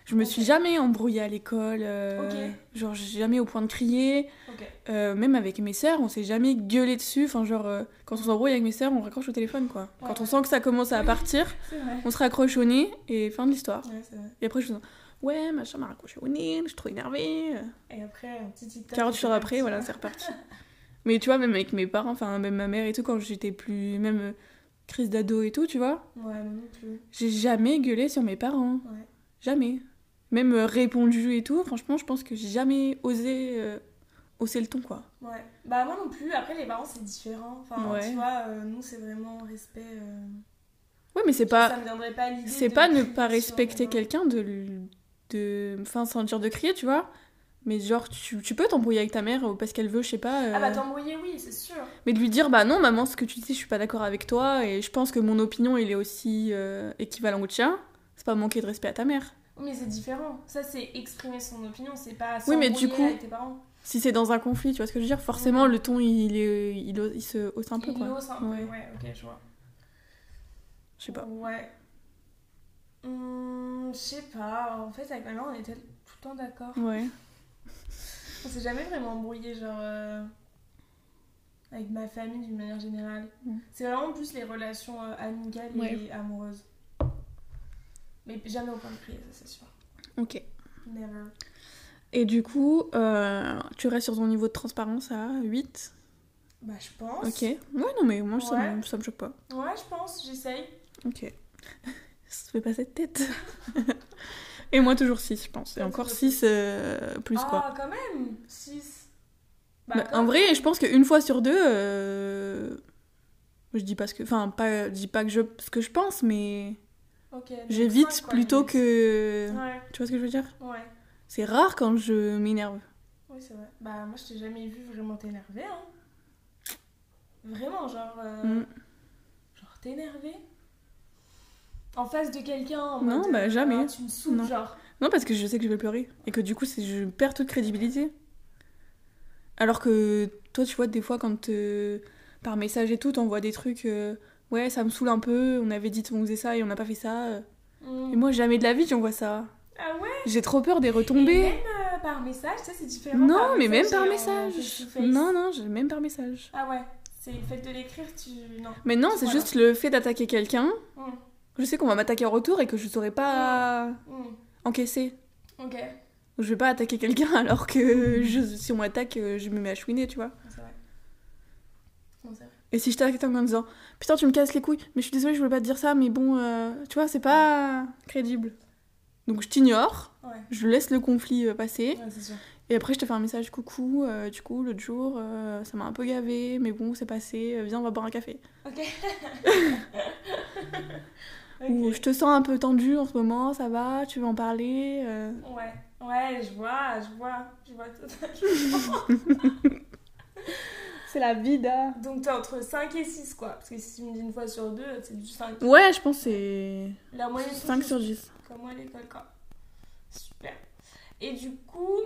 [SPEAKER 2] Je me
[SPEAKER 1] Ok.
[SPEAKER 2] suis jamais embrouillée à l'école. euh,
[SPEAKER 1] Ok.
[SPEAKER 2] Genre, j'ai jamais au point de crier.
[SPEAKER 1] Ok.
[SPEAKER 2] Euh, même avec mes sœurs, on s'est jamais gueulé dessus. Enfin, genre, euh, quand on s'embrouille avec mes sœurs, on raccroche au téléphone, quoi.
[SPEAKER 1] Ouais,
[SPEAKER 2] Quand on
[SPEAKER 1] ouais.
[SPEAKER 2] sent que ça commence à partir,
[SPEAKER 1] C'est vrai.
[SPEAKER 2] on se raccroche au nez et fin de l'histoire.
[SPEAKER 1] Ouais, c'est vrai.
[SPEAKER 2] Et après, je suis en- ouais, machin m'a raccroché au nez, je suis trop énervée.
[SPEAKER 1] Et après, un petit tic-tac.
[SPEAKER 2] 40
[SPEAKER 1] c'est
[SPEAKER 2] jours après,
[SPEAKER 1] parti.
[SPEAKER 2] voilà, c'est reparti. Mais tu vois, même avec mes parents, enfin, même ma mère et tout, quand j'étais plus. même euh, crise d'ado et tout, tu vois,
[SPEAKER 1] Ouais, moi non plus.
[SPEAKER 2] j'ai jamais gueulé sur mes parents.
[SPEAKER 1] Ouais.
[SPEAKER 2] Jamais. Même euh, répondu et tout, franchement, je pense que j'ai jamais osé euh, hausser le ton, quoi.
[SPEAKER 1] Ouais. Bah, moi non plus. Après, les parents, c'est différent. Enfin,
[SPEAKER 2] Ouais.
[SPEAKER 1] tu vois, euh, nous, c'est vraiment respect. euh,
[SPEAKER 2] Ouais, mais c'est
[SPEAKER 1] Ça
[SPEAKER 2] pas.
[SPEAKER 1] me viendrait pas à l'idée.
[SPEAKER 2] C'est
[SPEAKER 1] de
[SPEAKER 2] pas ne
[SPEAKER 1] crier
[SPEAKER 2] pas
[SPEAKER 1] sur euh,
[SPEAKER 2] respecter
[SPEAKER 1] un-
[SPEAKER 2] quelqu'un de. l- de. enfin, sans dire de crier, tu vois. Mais genre, tu, tu peux t'embrouiller avec ta mère euh, parce qu'elle veut, je sais pas.
[SPEAKER 1] Ah,
[SPEAKER 2] euh,
[SPEAKER 1] bah, t'embrouiller, oui, c'est sûr.
[SPEAKER 2] Mais de lui dire, bah non, maman, ce que tu dis, je suis pas d'accord avec toi, et je pense que mon opinion, il est aussi euh, équivalent au tien, c'est pas manquer de respect à ta mère.
[SPEAKER 1] Mais c'est différent. Ça, c'est exprimer son opinion. C'est pas
[SPEAKER 2] Oui, mais du
[SPEAKER 1] s'embrouiller
[SPEAKER 2] coup,
[SPEAKER 1] avec tes parents.
[SPEAKER 2] Si c'est dans un conflit, tu vois ce que je veux dire, forcément,
[SPEAKER 1] Ouais.
[SPEAKER 2] le ton, il, est, il, il se hausse un peu,
[SPEAKER 1] Il
[SPEAKER 2] quoi.
[SPEAKER 1] hausse un peu,
[SPEAKER 2] Ouais.
[SPEAKER 1] ouais. ok, je vois.
[SPEAKER 2] Je sais pas.
[SPEAKER 1] Ouais. Hum, je sais pas. En fait, avec ma mère, on était tout le temps d'accord.
[SPEAKER 2] Ouais.
[SPEAKER 1] On s'est jamais vraiment embrouillé, genre. euh, Avec ma famille d'une manière générale.
[SPEAKER 2] Mm.
[SPEAKER 1] C'est vraiment plus les relations euh, amicales
[SPEAKER 2] Ouais.
[SPEAKER 1] et amoureuses. Mais jamais au point de crier, ça c'est sûr.
[SPEAKER 2] Ok.
[SPEAKER 1] Never.
[SPEAKER 2] Et du coup, euh, tu restes sur ton niveau de transparence à 8.
[SPEAKER 1] Bah je pense.
[SPEAKER 2] Ok. Ouais, non, mais moi, ça, me,
[SPEAKER 1] Ouais.
[SPEAKER 2] ça me choque pas.
[SPEAKER 1] Ouais, je pense, j'essaye.
[SPEAKER 2] Ok. Ça fait pas cette tête. et moi, toujours 6, je pense. Et
[SPEAKER 1] Ouais,
[SPEAKER 2] encore
[SPEAKER 1] toujours
[SPEAKER 2] 6 plus,
[SPEAKER 1] ah,
[SPEAKER 2] quoi.
[SPEAKER 1] quand même 6.
[SPEAKER 2] Bah, en vrai, je pense qu'une fois sur deux, euh, je dis pas ce que, enfin, pas, je dis pas que je, ce que je pense, mais j'évite plutôt que,
[SPEAKER 1] Ouais,
[SPEAKER 2] tu vois ce que je veux dire
[SPEAKER 1] ouais.
[SPEAKER 2] C'est rare quand je m'énerve.
[SPEAKER 1] Oui, c'est vrai. Bah, moi, je t'ai jamais vu vraiment t'énerver, hein. Vraiment, genre. euh,
[SPEAKER 2] Mm.
[SPEAKER 1] Genre, t'énerver En face de quelqu'un. en
[SPEAKER 2] Non,
[SPEAKER 1] mode,
[SPEAKER 2] bah,
[SPEAKER 1] euh,
[SPEAKER 2] jamais.
[SPEAKER 1] ah, tu me saoules,
[SPEAKER 2] Non.
[SPEAKER 1] genre.
[SPEAKER 2] Non, parce que je sais que je vais pleurer et que du coup, c'est- je perds toute crédibilité. Alors que toi, tu vois, des fois, quand euh, par message et tout, t'envoies des trucs, euh, ouais, ça me saoule un peu. On avait dit qu'on faisait ça et on n'a pas fait ça. euh.
[SPEAKER 1] Mm.
[SPEAKER 2] Et moi, jamais de la vie, j'envoie ça.
[SPEAKER 1] Ah ouais
[SPEAKER 2] J'ai trop peur des
[SPEAKER 1] Et
[SPEAKER 2] retombées.
[SPEAKER 1] même euh, par message, ça, c'est différent.
[SPEAKER 2] Non,
[SPEAKER 1] par hein, euh,
[SPEAKER 2] mais même par
[SPEAKER 1] et en
[SPEAKER 2] message.
[SPEAKER 1] face-to-face.
[SPEAKER 2] Non, non, j'ai- même par message.
[SPEAKER 1] Ah ouais. C'est le fait de l'écrire, tu. Non.
[SPEAKER 2] Mais non, c'est
[SPEAKER 1] Voilà.
[SPEAKER 2] juste le fait d'attaquer quelqu'un.
[SPEAKER 1] Mm.
[SPEAKER 2] Je sais qu'on va m'attaquer en retour et que je saurais pas
[SPEAKER 1] Mm.
[SPEAKER 2] encaisser.
[SPEAKER 1] Ok.
[SPEAKER 2] Je vais pas attaquer quelqu'un alors que je- si on m'attaque, euh, je me mets à chouiner, tu vois.
[SPEAKER 1] Non, C'est vrai. Non, c'est vrai.
[SPEAKER 2] Et si je t'attaque quelqu'un en disant Putain, tu me casses les couilles, mais je suis désolée, je voulais pas te dire ça, mais bon, euh, tu vois, c'est pas crédible. Donc je t'ignore,
[SPEAKER 1] Ouais.
[SPEAKER 2] je laisse le conflit euh, passer,
[SPEAKER 1] Ouais, c'est sûr.
[SPEAKER 2] et après je te fais un message Coucou, euh, du coup, l'autre jour, euh, ça m'a un peu gavé, mais bon, c'est passé, euh, viens, on va boire un café.
[SPEAKER 1] Ok.
[SPEAKER 2] Ou
[SPEAKER 1] Ok.
[SPEAKER 2] je te sens un peu tendue en ce moment, ça va, tu veux en parler euh,
[SPEAKER 1] Ouais, ouais, je vois, je vois, je vois totalement.
[SPEAKER 2] C'est la vida.
[SPEAKER 1] Donc t'es entre 5 et 6 quoi, parce que si tu me dis une fois sur deux, c'est du 5.
[SPEAKER 2] Ouais, je pense que c'est
[SPEAKER 1] La moyenne c'est
[SPEAKER 2] 5
[SPEAKER 1] six,
[SPEAKER 2] sur 10.
[SPEAKER 1] Comme moi à l'école quoi. Super. Et du coup,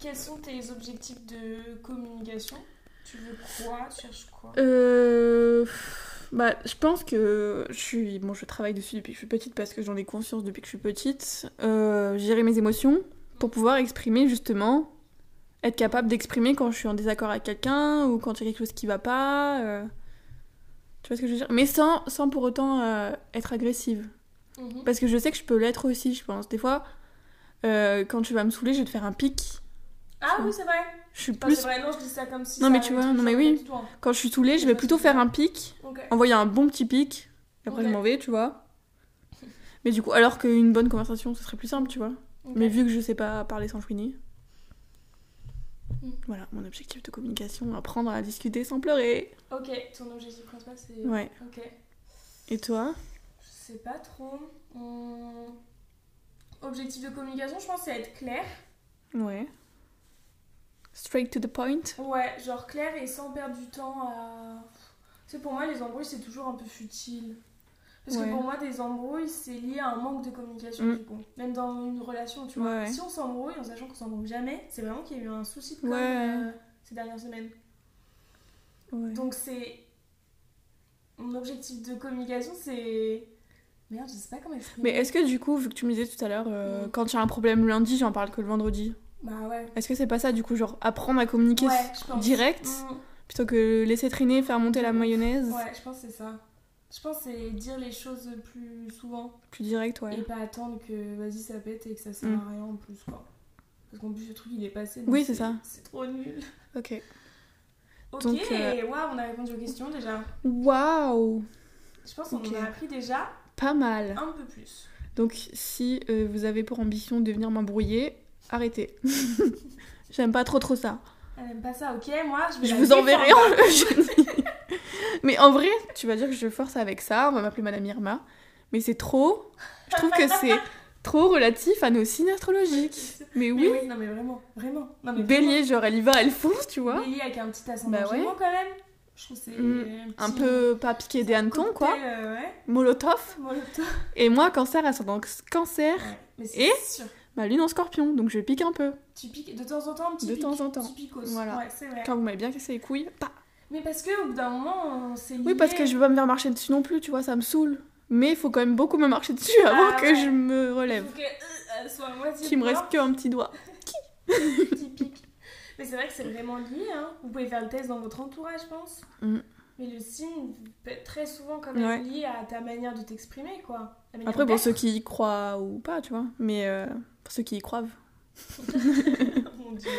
[SPEAKER 1] quels sont tes objectifs de communication Tu veux quoi Tu cherches quoi
[SPEAKER 2] Euh, pff, bah, je pense que je suis bon, je travaille dessus depuis que je suis petite parce que j'en ai conscience depuis que je suis petite. Euh, gérer mes émotions pour pouvoir exprimer justement, être capable d'exprimer quand je suis en désaccord avec quelqu'un ou quand il y a quelque chose qui va pas. euh, Tu vois ce que je veux dire Mais sans, sans pour autant euh, être agressive.
[SPEAKER 1] Mhm.
[SPEAKER 2] Parce que je sais que je peux l'être aussi, je pense. Des fois, euh, quand tu vas me saouler, je vais te faire un pic.
[SPEAKER 1] Ah
[SPEAKER 2] je-
[SPEAKER 1] oui, c'est vrai.
[SPEAKER 2] Je suis
[SPEAKER 1] Enfin, c'est
[SPEAKER 2] plus.
[SPEAKER 1] vrai, non, je dis ça comme si.
[SPEAKER 2] Non,
[SPEAKER 1] ça
[SPEAKER 2] mais tu
[SPEAKER 1] avait
[SPEAKER 2] vois,
[SPEAKER 1] été
[SPEAKER 2] non, mais
[SPEAKER 1] genre
[SPEAKER 2] oui.
[SPEAKER 1] pas du tout, hein.
[SPEAKER 2] Quand je suis saoulée, je vais plutôt faire un pic,
[SPEAKER 1] Ok.
[SPEAKER 2] envoyer un bon petit pic. et Après,
[SPEAKER 1] Ok.
[SPEAKER 2] je m'en vais, tu vois. Mais du coup, alors qu'une bonne conversation, ce serait plus simple, tu vois.
[SPEAKER 1] ok.
[SPEAKER 2] Mais vu que je sais pas parler sans chouiner.
[SPEAKER 1] Mm.
[SPEAKER 2] Voilà mon objectif de communication, apprendre à discuter sans pleurer.
[SPEAKER 1] Ok, ton objectif principal c'est.
[SPEAKER 2] Ouais.
[SPEAKER 1] Ok.
[SPEAKER 2] Et toi
[SPEAKER 1] Je sais pas trop. Hum, Objectif de communication, je pense c'est être clair.
[SPEAKER 2] Ouais. Straight to the point
[SPEAKER 1] Ouais, genre clair et sans perdre du temps à. C'est pour moi, les embrouilles c'est toujours un peu futile. Parce
[SPEAKER 2] Ouais.
[SPEAKER 1] que pour moi, des embrouilles c'est lié à un manque de communication
[SPEAKER 2] Mm.
[SPEAKER 1] du coup. Même dans une relation, tu
[SPEAKER 2] Ouais,
[SPEAKER 1] vois.
[SPEAKER 2] ouais.
[SPEAKER 1] Si on s'embrouille en sachant qu'on s'embrouille jamais, c'est vraiment qu'il y a eu un souci de com,
[SPEAKER 2] Ouais.
[SPEAKER 1] euh, ces dernières semaines.
[SPEAKER 2] Ouais.
[SPEAKER 1] Donc c'est. Mon objectif de communication, c'est. Merde, je sais pas comment exprimer.
[SPEAKER 2] Mais est-ce que du coup, vu que tu me disais tout à l'heure, euh,
[SPEAKER 1] Mm.
[SPEAKER 2] quand tu as un problème lundi, j'en parle que le vendredi
[SPEAKER 1] Bah ouais.
[SPEAKER 2] Est-ce que c'est pas ça du coup, genre apprendre à communiquer
[SPEAKER 1] Ouais,
[SPEAKER 2] s-
[SPEAKER 1] je pense.
[SPEAKER 2] direct
[SPEAKER 1] Mm,
[SPEAKER 2] plutôt que laisser traîner, faire monter la mayonnaise
[SPEAKER 1] ouais, je pense que c'est ça. Je pense que c'est dire les choses plus souvent
[SPEAKER 2] Plus direct, ouais.
[SPEAKER 1] et pas attendre que vas-y ça pète et que ça sert
[SPEAKER 2] Mm.
[SPEAKER 1] à rien en plus quoi. Parce qu'en plus le truc il est passé. donc
[SPEAKER 2] Oui, c'est ça.
[SPEAKER 1] C'est trop nul.
[SPEAKER 2] Ok.
[SPEAKER 1] Ok,
[SPEAKER 2] Donc, euh,
[SPEAKER 1] waouh, on a répondu aux questions déjà.
[SPEAKER 2] Waouh
[SPEAKER 1] Je pense qu'on
[SPEAKER 2] Ok.
[SPEAKER 1] en a appris déjà
[SPEAKER 2] Pas mal
[SPEAKER 1] un peu plus.
[SPEAKER 2] Donc si euh, vous avez pour ambition de venir m'embrouiller, arrêtez. J'aime pas trop trop ça.
[SPEAKER 1] Elle aime pas ça, ok Moi je vais.
[SPEAKER 2] Je
[SPEAKER 1] la
[SPEAKER 2] vous enverrai en
[SPEAKER 1] défendre.
[SPEAKER 2] le Mais en vrai, tu vas dire que je force avec ça, on va m'appeler Madame Irma. Mais c'est trop. Je trouve que c'est trop relatif à nos signes astrologiques. Mais
[SPEAKER 1] Mais
[SPEAKER 2] oui,
[SPEAKER 1] oui, non mais vraiment, vraiment. Non, mais vraiment.
[SPEAKER 2] bélier, genre elle y va, elle fonce, tu vois.
[SPEAKER 1] Lily avec un petit ascendant
[SPEAKER 2] Bah ouais.
[SPEAKER 1] Gémeaux, quand même. Je trouve que c'est
[SPEAKER 2] Mm,
[SPEAKER 1] petit
[SPEAKER 2] Un peu pas piqué des hannetons,
[SPEAKER 1] cocktail,
[SPEAKER 2] quoi.
[SPEAKER 1] euh, ouais.
[SPEAKER 2] Molotov.
[SPEAKER 1] Molotov.
[SPEAKER 2] Et moi, cancer, ascendant cancer,
[SPEAKER 1] Mais c'est
[SPEAKER 2] Et
[SPEAKER 1] sûr.
[SPEAKER 2] ma lune en scorpion, donc je pique un peu.
[SPEAKER 1] Tu piques de temps en temps un petit
[SPEAKER 2] De
[SPEAKER 1] pic,
[SPEAKER 2] temps en temps.
[SPEAKER 1] petit picos.
[SPEAKER 2] Voilà.
[SPEAKER 1] Ouais, c'est vrai.
[SPEAKER 2] Quand vous m'avez bien cassé les couilles, pas.
[SPEAKER 1] Mais parce que au bout d'un moment, on s'est
[SPEAKER 2] Oui, parce que je veux pas me faire marcher dessus non plus, tu vois, ça me saoule. Mais il faut quand même beaucoup me marcher dessus avant
[SPEAKER 1] Ah
[SPEAKER 2] que
[SPEAKER 1] ouais.
[SPEAKER 2] je me relève.
[SPEAKER 1] Faut que euh, elle soit à moitié
[SPEAKER 2] Qu'il me reste
[SPEAKER 1] noire,
[SPEAKER 2] qu'un petit doigt.
[SPEAKER 1] petit pic. Mais c'est vrai que c'est vraiment lié. Hein. Vous pouvez faire le test dans votre entourage, je pense.
[SPEAKER 2] Mm.
[SPEAKER 1] Mais le signe peut être très souvent quand
[SPEAKER 2] Ouais.
[SPEAKER 1] même lié à ta manière de t'exprimer, quoi. La manière
[SPEAKER 2] Après, pour
[SPEAKER 1] d'être.
[SPEAKER 2] ceux qui y croient ou pas, tu vois, mais euh, pour ceux qui y croivent.
[SPEAKER 1] Mon Dieu.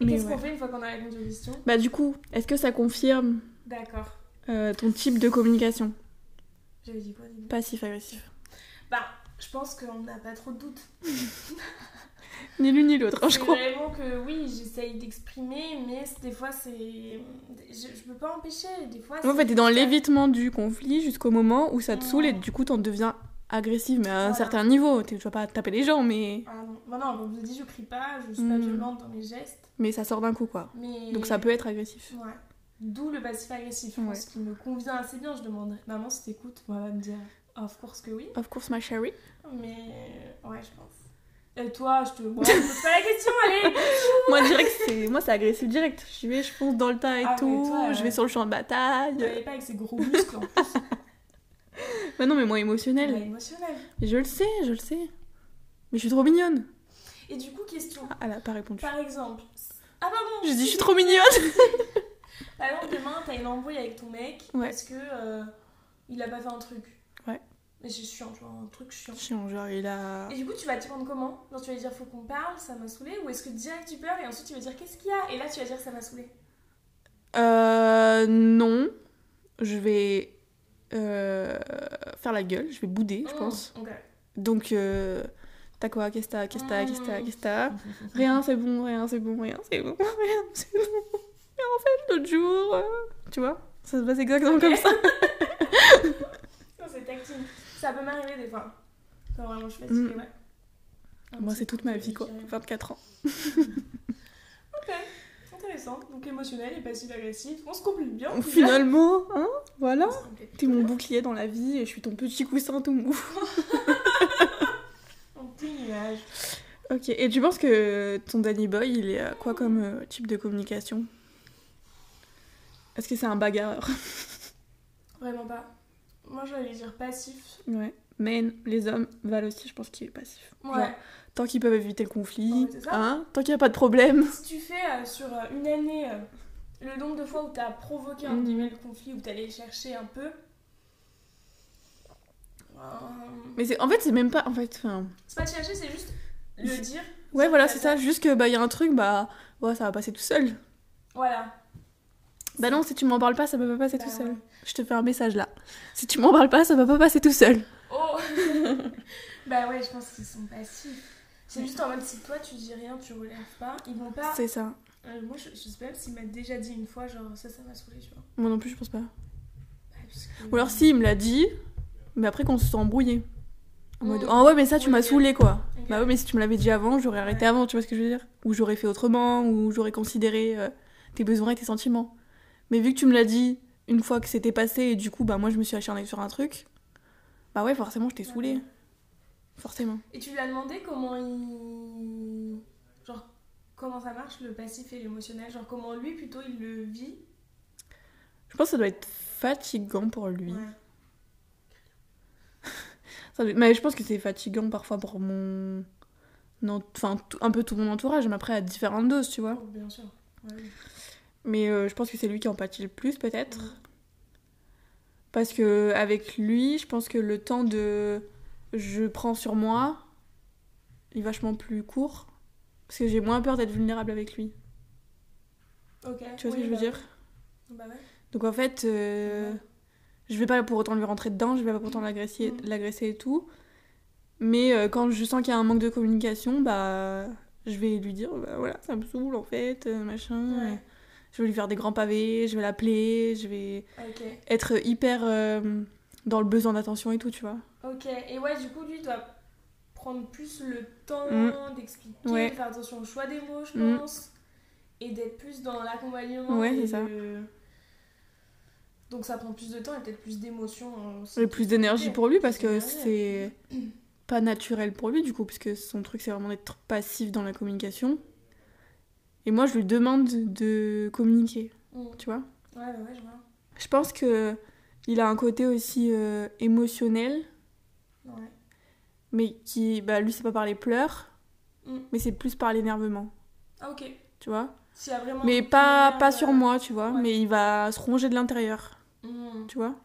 [SPEAKER 1] Et
[SPEAKER 2] Mais
[SPEAKER 1] Qu'est-ce
[SPEAKER 2] ouais.
[SPEAKER 1] qu'on fait une fois qu'on a répondu aux questions
[SPEAKER 2] Bah, du coup, est-ce que ça confirme
[SPEAKER 1] D'accord.
[SPEAKER 2] euh, ton type de communication
[SPEAKER 1] J'avais dit quoi au début
[SPEAKER 2] Passif-agressif.
[SPEAKER 1] Bah, je pense qu'on n'a pas trop de doutes.
[SPEAKER 2] Ni l'une ni l'autre, hein, je
[SPEAKER 1] C'est
[SPEAKER 2] crois.
[SPEAKER 1] vraiment que oui, j'essaye d'exprimer, mais c- des fois c'est. Je, je peux pas empêcher, des fois.
[SPEAKER 2] En
[SPEAKER 1] c'est-
[SPEAKER 2] fait, t'es dans l'évitement du conflit jusqu'au moment où ça te
[SPEAKER 1] Mm.
[SPEAKER 2] saoule et du coup, t'en deviens agressive, mais à un
[SPEAKER 1] Voilà.
[SPEAKER 2] certain niveau. T'es- Tu vas pas taper les gens, mais,
[SPEAKER 1] Ah non, bah non, comme je vous dis, je crie pas, je suis pas
[SPEAKER 2] Mm.
[SPEAKER 1] violente dans mes gestes,
[SPEAKER 2] mais ça sort d'un coup, quoi.
[SPEAKER 1] mais.
[SPEAKER 2] Donc, ça peut être agressif.
[SPEAKER 1] Ouais. D'où le passif agressif,
[SPEAKER 2] Ouais.
[SPEAKER 1] ce qui me convient assez bien. Je demanderais, maman, si t'écoutes, moi, elle va me dire, of course que oui,
[SPEAKER 2] Of course, my chérie.
[SPEAKER 1] mais. Ouais, je pense. Et toi, je te. Bon, je pose pas la question, allez
[SPEAKER 2] Moi direct c'est moi c'est agressif direct. Je vais je fonce dans le tas et
[SPEAKER 1] Ah, mais
[SPEAKER 2] tout,
[SPEAKER 1] toi,
[SPEAKER 2] je
[SPEAKER 1] euh,
[SPEAKER 2] vais sur le champ de bataille.
[SPEAKER 1] Vous voyez pas avec ses gros muscles en plus.
[SPEAKER 2] Bah non mais moi émotionnelle.
[SPEAKER 1] Ouais, émotionnel.
[SPEAKER 2] Mais Je le sais, je le sais. Mais je suis trop mignonne.
[SPEAKER 1] Et du coup, question.
[SPEAKER 2] Ah, elle a pas répondu.
[SPEAKER 1] Par exemple. Ah pardon
[SPEAKER 2] Je dis je suis trop mignonne.
[SPEAKER 1] Par exemple, demain, t'as une embrouille avec ton mec
[SPEAKER 2] Ouais.
[SPEAKER 1] parce que euh, il a pas fait un truc.
[SPEAKER 2] Ouais.
[SPEAKER 1] Mais c'est chiant, genre un truc chiant.
[SPEAKER 2] Chiant, genre il a
[SPEAKER 1] Et du coup, tu vas t'y prendre comment Genre, tu vas lui dire faut qu'on parle, ça m'a saoulé, ou est-ce que direct tu pleures et ensuite tu vas dire qu'est-ce qu'il y a Et là, tu vas dire ça m'a saoulé.
[SPEAKER 2] euh non. Je vais euh, faire la gueule, je vais bouder, je
[SPEAKER 1] Mmh,
[SPEAKER 2] pense.
[SPEAKER 1] ok.
[SPEAKER 2] Donc euh, t'as quoi Qu'est-ce que t'as Qu'est-ce que t'as Qu'est-ce que t'as
[SPEAKER 1] Mmh.
[SPEAKER 2] Qu'est-ce que t'as Rien, c'est bon, rien, c'est bon, rien, c'est bon, rien, c'est bon. Et en fait, l'autre jour, euh, tu vois, ça se passe exactement
[SPEAKER 1] Ok.
[SPEAKER 2] comme ça.
[SPEAKER 1] Non, c'est tactile. Ça peut m'arriver des fois. Quand vraiment je suis fatiguée,
[SPEAKER 2] Mm.
[SPEAKER 1] ouais. Ah, Un
[SPEAKER 2] Moi,
[SPEAKER 1] petit
[SPEAKER 2] c'est toute ma
[SPEAKER 1] truc
[SPEAKER 2] vie, quoi.
[SPEAKER 1] qui arrive.
[SPEAKER 2] 24 ans.
[SPEAKER 1] Ok, intéressant. Donc émotionnel et passif-agressif. On se complète bien.
[SPEAKER 2] Donc, finalement, hein, voilà.
[SPEAKER 1] On se complète.
[SPEAKER 2] T'es mon bouclier dans la vie et je suis ton petit coussin tout mou.
[SPEAKER 1] Un petit nuage.
[SPEAKER 2] Ok, et tu penses que ton Danny Boy, il est euh, quoi comme euh, type de communication Est-ce que c'est un bagarreur
[SPEAKER 1] Vraiment pas. Moi, j'allais dire passif.
[SPEAKER 2] Ouais. Men, les hommes, Val aussi, je pense qu'il est passif.
[SPEAKER 1] Ouais.
[SPEAKER 2] Genre, tant qu'ils peuvent éviter le conflit,
[SPEAKER 1] Ouais, c'est ça.
[SPEAKER 2] hein, tant qu'il n'y a pas de problème.
[SPEAKER 1] Si tu fais euh, sur euh, une année euh, le nombre de fois où t'as provoqué un
[SPEAKER 2] Mhm.
[SPEAKER 1] guillemets le conflit, où t'allais le chercher un peu. euh,
[SPEAKER 2] Mais c'est, en fait, c'est même pas. En fait, enfin,
[SPEAKER 1] C'est pas le chercher, c'est juste le dire.
[SPEAKER 2] Ouais, voilà,
[SPEAKER 1] Ça,
[SPEAKER 2] c'est ça.
[SPEAKER 1] ça.
[SPEAKER 2] Juste que bah il y a un truc, bah ouais, ça va passer tout seul.
[SPEAKER 1] Voilà.
[SPEAKER 2] Bah non, si tu m'en parles pas, ça va pas passer
[SPEAKER 1] Bah
[SPEAKER 2] tout seul.
[SPEAKER 1] ouais.
[SPEAKER 2] Je te fais un message là. Si tu m'en parles pas, ça va pas passer tout seul.
[SPEAKER 1] Oh Bah ouais, je pense qu'ils sont passifs. C'est juste en mode si toi tu dis rien, tu relèves pas, ils vont pas.
[SPEAKER 2] C'est ça.
[SPEAKER 1] Euh, moi je, je sais même s'il m'a déjà dit une fois, genre ça, ça m'a saoulé, tu vois.
[SPEAKER 2] Moi non plus, je pense pas.
[SPEAKER 1] Bah, parce que-
[SPEAKER 2] Ou alors si, il me l'a dit, mais après qu'on se soit embrouillé. En mode,
[SPEAKER 1] Mm.
[SPEAKER 2] ah ouais, mais ça, tu
[SPEAKER 1] Oui,
[SPEAKER 2] m'as
[SPEAKER 1] ok.
[SPEAKER 2] saoulé, quoi.
[SPEAKER 1] Ok.
[SPEAKER 2] Bah ouais, mais si tu me l'avais dit avant, j'aurais arrêté
[SPEAKER 1] Ouais.
[SPEAKER 2] avant, tu vois ce que je veux dire Ou j'aurais fait autrement, ou j'aurais considéré euh, tes besoins et tes sentiments. Mais vu que tu me l'as dit une fois que c'était passé, et du coup, bah moi, je me suis acharnée sur un truc, bah ouais, forcément, je t'ai saoulée. Forcément.
[SPEAKER 1] Et tu lui as demandé comment il. Genre, comment ça marche le passif et l'émotionnel Genre, comment lui plutôt il le vit
[SPEAKER 2] Je pense que ça doit être fatigant pour lui.
[SPEAKER 1] Ouais.
[SPEAKER 2] Ça doit- Mais je pense que c'est fatigant parfois pour mon... non, Enfin, tout- un peu tout mon entourage, mais après à différentes doses, tu vois.
[SPEAKER 1] Oh, bien sûr. Ouais, oui.
[SPEAKER 2] Mais euh, je pense que c'est lui qui en pâtit le plus, peut-être. Parce que avec lui, je pense que le temps de je prends sur moi est vachement plus court. Parce que j'ai moins peur d'être vulnérable avec lui. Tu
[SPEAKER 1] Ok.
[SPEAKER 2] vois
[SPEAKER 1] Oui,
[SPEAKER 2] ce que je veux
[SPEAKER 1] bah-
[SPEAKER 2] dire
[SPEAKER 1] Bah ouais.
[SPEAKER 2] Donc en fait, euh,
[SPEAKER 1] Ouais.
[SPEAKER 2] je vais pas pour autant lui rentrer dedans, je vais pas pour autant l'agresser
[SPEAKER 1] Mhm.
[SPEAKER 2] l'agresser et tout. Mais euh, quand je sens qu'il y a un manque de communication, bah je vais lui dire bah voilà, ça me saoule en fait, euh, machin.
[SPEAKER 1] Ouais.
[SPEAKER 2] Je vais lui faire des grands pavés, je vais l'appeler, je vais
[SPEAKER 1] Ok.
[SPEAKER 2] être hyper euh, dans le besoin d'attention et tout, tu vois.
[SPEAKER 1] Ok. Et ouais, du coup, lui il doit prendre plus le temps
[SPEAKER 2] Mm.
[SPEAKER 1] d'expliquer,
[SPEAKER 2] Ouais.
[SPEAKER 1] de faire attention au choix des mots, je
[SPEAKER 2] Mm.
[SPEAKER 1] pense. Et d'être plus dans l'accompagnement.
[SPEAKER 2] Ouais,
[SPEAKER 1] et
[SPEAKER 2] c'est ça.
[SPEAKER 1] le- Donc ça prend plus de temps et peut-être plus d'émotion. hein, aussi.
[SPEAKER 2] Et plus d'énergie pour lui parce que
[SPEAKER 1] Ouais.
[SPEAKER 2] c'est pas naturel pour lui du coup, puisque son truc c'est vraiment d'être passif dans la communication. Et moi je lui demande de communiquer,
[SPEAKER 1] Mm. Ouais,
[SPEAKER 2] tu vois.
[SPEAKER 1] bah ouais, je vois.
[SPEAKER 2] Je pense que il a un côté aussi euh, émotionnel,
[SPEAKER 1] Ouais.
[SPEAKER 2] mais qui, bah lui c'est pas par les pleurs,
[SPEAKER 1] Mm.
[SPEAKER 2] mais c'est plus par l'énervement,
[SPEAKER 1] Ah, ok.
[SPEAKER 2] tu vois.
[SPEAKER 1] S'il y a vraiment.
[SPEAKER 2] Mais
[SPEAKER 1] une
[SPEAKER 2] pas,
[SPEAKER 1] manière,
[SPEAKER 2] pas
[SPEAKER 1] euh,
[SPEAKER 2] sur moi, tu vois,
[SPEAKER 1] Ouais.
[SPEAKER 2] mais il va se ronger de l'intérieur,
[SPEAKER 1] Mm.
[SPEAKER 2] tu vois.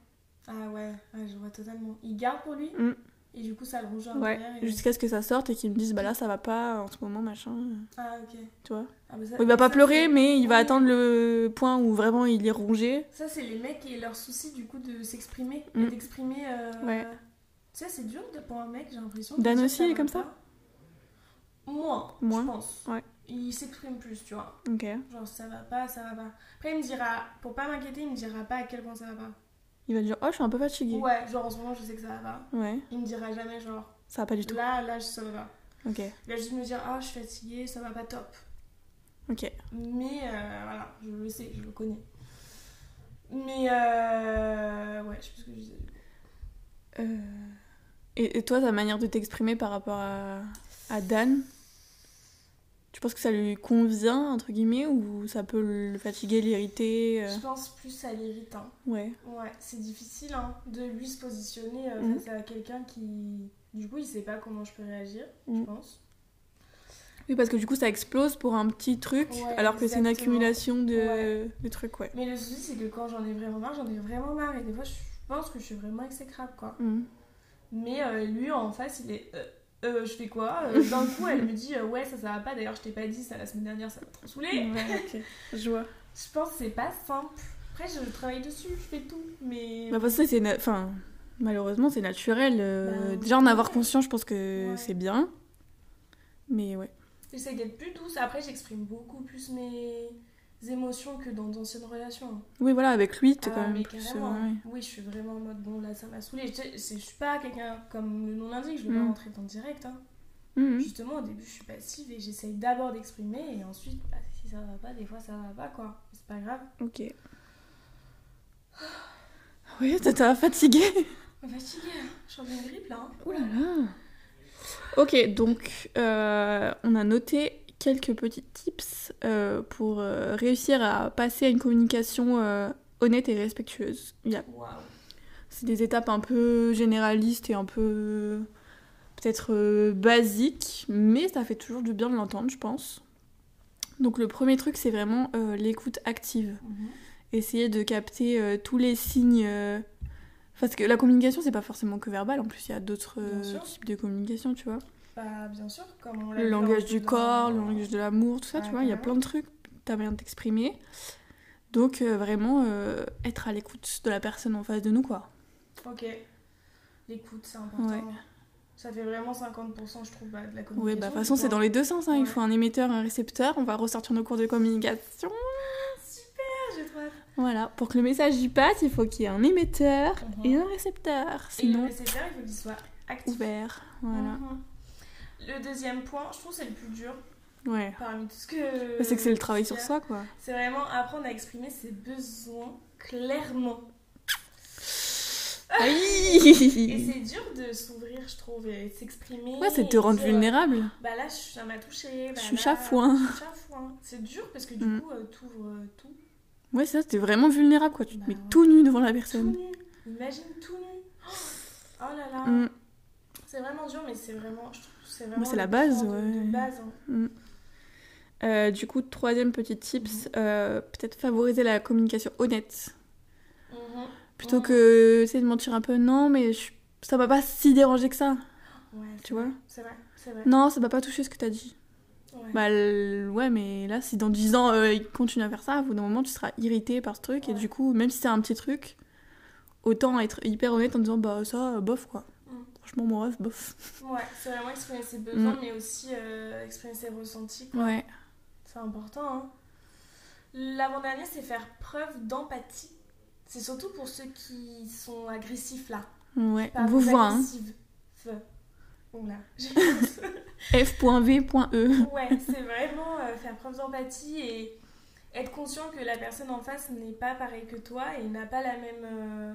[SPEAKER 1] Ah ouais, ouais, je vois totalement. Il garde pour lui
[SPEAKER 2] Mm.
[SPEAKER 1] et du coup ça le ronge à
[SPEAKER 2] Ouais,
[SPEAKER 1] l'intérieur et-
[SPEAKER 2] jusqu'à ce que ça sorte et qu'il me dise bah là ça va pas en ce moment machin,
[SPEAKER 1] Ah ok.
[SPEAKER 2] tu vois.
[SPEAKER 1] Ah, bah ça-
[SPEAKER 2] Bon, il va pas
[SPEAKER 1] ça,
[SPEAKER 2] pleurer
[SPEAKER 1] c'est-
[SPEAKER 2] mais il va
[SPEAKER 1] oui.
[SPEAKER 2] attendre le point où vraiment il est rongé.
[SPEAKER 1] Ça c'est les mecs et leur souci du coup de s'exprimer
[SPEAKER 2] Mm.
[SPEAKER 1] et d'exprimer. euh,
[SPEAKER 2] Ouais.
[SPEAKER 1] Tu sais c'est dur de- pour un mec j'ai l'impression.
[SPEAKER 2] Dan
[SPEAKER 1] de dire
[SPEAKER 2] aussi, il est
[SPEAKER 1] va
[SPEAKER 2] comme ça
[SPEAKER 1] pas. Moins.
[SPEAKER 2] Moins.
[SPEAKER 1] Je pense.
[SPEAKER 2] Ouais.
[SPEAKER 1] Il s'exprime plus tu vois.
[SPEAKER 2] Ok.
[SPEAKER 1] Genre ça va pas ça va pas. Après il me dira pour pas m'inquiéter il me dira pas à quel point ça va pas.
[SPEAKER 2] Il va dire oh je suis un peu fatigué. Ouais.
[SPEAKER 1] Ouais genre en ce moment je sais que ça va pas. Il me dira jamais genre
[SPEAKER 2] Ça va pas du tout.
[SPEAKER 1] là là ça va pas.
[SPEAKER 2] Ok.
[SPEAKER 1] Il va juste me dire ah je suis fatiguée ça va pas top.
[SPEAKER 2] Ok.
[SPEAKER 1] Mais euh, voilà, je le sais, je le connais. Mais euh, ouais, je sais pas ce que je disais.
[SPEAKER 2] Euh, Et, et toi ta manière de t'exprimer par rapport à, à Dan, tu penses que ça lui convient entre guillemets ou ça peut le fatiguer, l'irriter euh,
[SPEAKER 1] Je pense plus à l'irritant.
[SPEAKER 2] Ouais.
[SPEAKER 1] Ouais, c'est difficile hein, de lui se positionner euh,
[SPEAKER 2] Mhm.
[SPEAKER 1] face à quelqu'un qui. Du coup, il sait pas comment je peux réagir, je
[SPEAKER 2] Mhm.
[SPEAKER 1] pense.
[SPEAKER 2] Oui parce que du coup ça explose pour un petit truc
[SPEAKER 1] Ouais,
[SPEAKER 2] alors que c'est une
[SPEAKER 1] exactement.
[SPEAKER 2] accumulation de,
[SPEAKER 1] Ouais.
[SPEAKER 2] de trucs ouais.
[SPEAKER 1] Mais le souci, c'est que quand j'en ai vraiment marre, j'en ai vraiment marre. Et des fois, je pense que je suis vraiment exécrable, quoi.
[SPEAKER 2] Mhm.
[SPEAKER 1] Mais euh, lui, en face, il est. euh, euh, je fais quoi Euh, D'un coup, elle me dit euh, Ouais, ça, ça va pas. D'ailleurs, je t'ai pas dit ça la semaine dernière, ça m'a trop saoulé.
[SPEAKER 2] Ouais, ok. Je vois.
[SPEAKER 1] Je pense que c'est pas simple. Après, je travaille dessus, je fais tout, mais.
[SPEAKER 2] Bah, parce que c'est. na- Enfin, malheureusement, c'est naturel. euh,
[SPEAKER 1] Bah,
[SPEAKER 2] déjà, en avoir
[SPEAKER 1] ouais.
[SPEAKER 2] conscience, je pense que
[SPEAKER 1] Ouais.
[SPEAKER 2] c'est bien. Mais ouais.
[SPEAKER 1] J'essaie d'être plus douce. Après, j'exprime beaucoup plus mes émotions que dans d'anciennes relations.
[SPEAKER 2] Oui, voilà, avec lui, t'es
[SPEAKER 1] Ah,
[SPEAKER 2] quand même
[SPEAKER 1] mais
[SPEAKER 2] plus.
[SPEAKER 1] carrément.
[SPEAKER 2] euh, ouais.
[SPEAKER 1] Oui, je suis vraiment en mode bon, là, ça m'a saoulé. Je, sais- c'est- je suis pas quelqu'un, comme le nom l'indique, je vais
[SPEAKER 2] Mm.
[SPEAKER 1] pas rentrer dans le direct. hein.
[SPEAKER 2] Mhm.
[SPEAKER 1] Justement, au début, je suis passive et j'essaye d'abord d'exprimer et ensuite, bah, si ça va pas, des fois ça va pas, quoi. C'est pas grave.
[SPEAKER 2] Ok. Oui, t'as- t'as fatigué.
[SPEAKER 1] Je suis fatiguée, hein. je suis en pleine grippe là. hein.
[SPEAKER 2] Ouh là là. Ok, donc euh, on a noté quelques petits tips euh, pour euh, réussir à passer à une communication euh, honnête et respectueuse. Il y a
[SPEAKER 1] Waouh.
[SPEAKER 2] C'est des étapes un peu généralistes et un peu peut-être euh, basiques, mais ça fait toujours du bien de l'entendre, je pense. Donc le premier truc, c'est vraiment euh, l'écoute active.
[SPEAKER 1] Mhm.
[SPEAKER 2] Essayer de capter euh, tous les signes. euh, Parce que la communication, c'est pas forcément que verbal, en plus il y a d'autres
[SPEAKER 1] Bien
[SPEAKER 2] euh,
[SPEAKER 1] sûr.
[SPEAKER 2] types de communication, tu vois.
[SPEAKER 1] Bah, bien sûr, comme on l'a
[SPEAKER 2] Le
[SPEAKER 1] vu
[SPEAKER 2] langage
[SPEAKER 1] en-
[SPEAKER 2] du
[SPEAKER 1] dans-
[SPEAKER 2] corps, le langage de l'amour, tout ça,
[SPEAKER 1] Ouais,
[SPEAKER 2] tu vois, il y a
[SPEAKER 1] carrément.
[SPEAKER 2] plein de trucs, ta manière de t'exprimer. Donc euh, vraiment euh, être à l'écoute de la personne en face de nous, quoi.
[SPEAKER 1] Ok. L'écoute, c'est important.
[SPEAKER 2] Ouais.
[SPEAKER 1] Ça fait vraiment 50%, je trouve, bah, de la communication. Ah,
[SPEAKER 2] Oui, bah, de toute façon,
[SPEAKER 1] du
[SPEAKER 2] c'est
[SPEAKER 1] coup.
[SPEAKER 2] dans les deux sens. hein. Il
[SPEAKER 1] Ouais.
[SPEAKER 2] faut un émetteur, un récepteur. On va ressortir nos cours de communication.
[SPEAKER 1] Ah, j'ai trop hâte.
[SPEAKER 2] Voilà, pour que le message y passe, il faut qu'il y ait un émetteur
[SPEAKER 1] Mhm.
[SPEAKER 2] et un récepteur.
[SPEAKER 1] Et le
[SPEAKER 2] Sinon,
[SPEAKER 1] récepteur, il faut qu'il soit actif.
[SPEAKER 2] ouvert. Voilà.
[SPEAKER 1] Mhm. Le deuxième point, je trouve que c'est le plus dur
[SPEAKER 2] Ouais.
[SPEAKER 1] parmi tout ce que.
[SPEAKER 2] Bah, c'est que c'est le travail
[SPEAKER 1] qu'il
[SPEAKER 2] sur
[SPEAKER 1] y a.
[SPEAKER 2] soi, quoi.
[SPEAKER 1] C'est vraiment apprendre à exprimer ses besoins clairement.
[SPEAKER 2] Ah.
[SPEAKER 1] Et
[SPEAKER 2] Aïe
[SPEAKER 1] c'est dur de s'ouvrir, je trouve, et de s'exprimer.
[SPEAKER 2] Ouais, c'est de te
[SPEAKER 1] et
[SPEAKER 2] rendre
[SPEAKER 1] dire,
[SPEAKER 2] vulnérable.
[SPEAKER 1] Bah là, je- ça m'a touché.
[SPEAKER 2] Je suis chafouin.
[SPEAKER 1] Je suis chafouin. C'est dur parce que du
[SPEAKER 2] Mm.
[SPEAKER 1] coup, euh, t'ouvres euh, tout.
[SPEAKER 2] Ouais, c'est ça, t'es vraiment vulnérable, quoi. Tu te
[SPEAKER 1] Bah
[SPEAKER 2] mets
[SPEAKER 1] ouais.
[SPEAKER 2] tout nu devant la
[SPEAKER 1] Tout
[SPEAKER 2] personne.
[SPEAKER 1] nu. Imagine tout nu. Oh, oh là là.
[SPEAKER 2] Mm.
[SPEAKER 1] C'est vraiment dur, mais c'est vraiment. je trouve que C'est
[SPEAKER 2] Bah,
[SPEAKER 1] vraiment.
[SPEAKER 2] c'est la
[SPEAKER 1] le
[SPEAKER 2] base,
[SPEAKER 1] point de- de
[SPEAKER 2] ouais.
[SPEAKER 1] base, hein.
[SPEAKER 2] Euh, du coup, troisième petit tips, euh, peut-être favoriser la communication honnête.
[SPEAKER 1] Mhm.
[SPEAKER 2] Plutôt
[SPEAKER 1] Mhm.
[SPEAKER 2] que essayer de mentir un peu, non, mais je- ça m'a pas si dérangé que ça,
[SPEAKER 1] Ouais,
[SPEAKER 2] tu vois.
[SPEAKER 1] c'est vrai, c'est vrai.
[SPEAKER 2] Non, ça m'a pas touché ce que t'as dit.
[SPEAKER 1] Ouais.
[SPEAKER 2] Bah l- ouais, mais là, si dans 10 ans, euh, il continue à faire ça, au bout d'un moment, tu seras irrité par ce truc. Et
[SPEAKER 1] Ouais.
[SPEAKER 2] du coup, même si c'est un petit truc, autant être hyper honnête en disant, bah ça, euh, bof quoi.
[SPEAKER 1] Mm.
[SPEAKER 2] Franchement, mon ref, bof.
[SPEAKER 1] Ouais, c'est vraiment exprimer ses besoins,
[SPEAKER 2] Mm.
[SPEAKER 1] mais aussi euh, exprimer ses ressentis. quoi.
[SPEAKER 2] Ouais.
[SPEAKER 1] C'est important. Hein. L'avant-dernier, c'est faire preuve d'empathie. C'est surtout pour ceux qui sont agressifs là.
[SPEAKER 2] Ouais,
[SPEAKER 1] Pas
[SPEAKER 2] on vous voit, hein.
[SPEAKER 1] agressives. Oula, j'ai honte.
[SPEAKER 2] hein. F.V.E.
[SPEAKER 1] Ouais, c'est vraiment euh, faire preuve d'empathie et être conscient que la personne en face n'est pas pareille que toi et n'a pas la même. euh,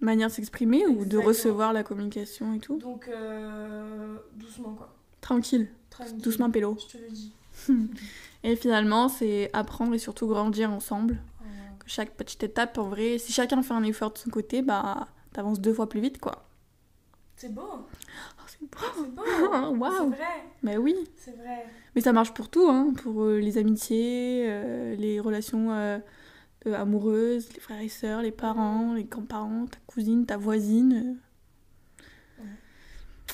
[SPEAKER 2] Manière de s'exprimer ou de
[SPEAKER 1] Exactement.
[SPEAKER 2] recevoir la communication et tout.
[SPEAKER 1] Donc, euh, doucement quoi.
[SPEAKER 2] Tranquille,
[SPEAKER 1] Tranquille.
[SPEAKER 2] doucement pélo.
[SPEAKER 1] Je te le dis.
[SPEAKER 2] Et finalement, c'est apprendre et surtout grandir ensemble.
[SPEAKER 1] Oh, wow.
[SPEAKER 2] Que chaque petite étape, en vrai, si chacun fait un effort de son côté, bah t'avances deux fois plus vite quoi.
[SPEAKER 1] C'est beau, hein.
[SPEAKER 2] Oh, c'est beau.
[SPEAKER 1] c'est beau. C'est
[SPEAKER 2] Waouh.
[SPEAKER 1] vrai,
[SPEAKER 2] Mais oui.
[SPEAKER 1] c'est vrai.
[SPEAKER 2] Mais ça marche pour tout, hein, pour euh, les amitiés, euh, les relations euh, euh, amoureuses, les frères et sœurs, les parents, les grands-parents, ta cousine, ta voisine. euh.
[SPEAKER 1] Ouais.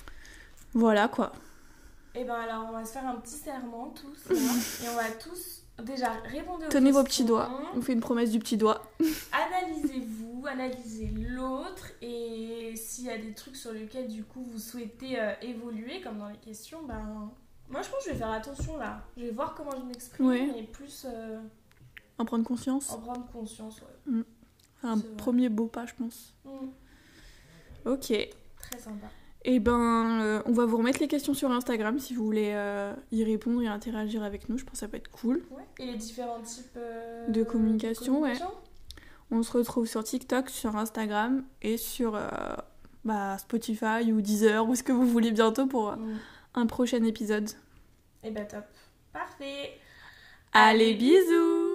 [SPEAKER 2] Voilà quoi.
[SPEAKER 1] Et ben alors, on va se faire un petit serment tous là, et on va tous déjà répondre. aux
[SPEAKER 2] Tenez vos petits
[SPEAKER 1] questions.
[SPEAKER 2] doigts. On fait une promesse du petit doigt.
[SPEAKER 1] Analysez-vous, analysez l'autre et s'il y a des trucs sur lesquels du coup vous souhaitez euh, évoluer, comme dans les questions, ben moi je pense que je vais faire attention là. Je vais voir comment je m'exprime
[SPEAKER 2] Ouais.
[SPEAKER 1] et plus euh,
[SPEAKER 2] En prendre conscience.
[SPEAKER 1] en prendre conscience. ouais.
[SPEAKER 2] Un
[SPEAKER 1] c'est vrai.
[SPEAKER 2] premier beau pas, je pense.
[SPEAKER 1] Mm,
[SPEAKER 2] Ok.
[SPEAKER 1] très sympa.
[SPEAKER 2] Et ben, euh, on va vous remettre les questions sur Instagram si vous voulez euh, y répondre et interagir avec nous. Je pense que ça peut être cool.
[SPEAKER 1] Ouais. Et les différents types euh,
[SPEAKER 2] De communication, ouais.
[SPEAKER 1] communication
[SPEAKER 2] On se retrouve sur TikTok, sur Instagram et sur euh, bah, Spotify ou Deezer ou ce que vous voulez bientôt pour euh,
[SPEAKER 1] Mm.
[SPEAKER 2] un prochain épisode.
[SPEAKER 1] Et bah top. Parfait.
[SPEAKER 2] Allez, bisous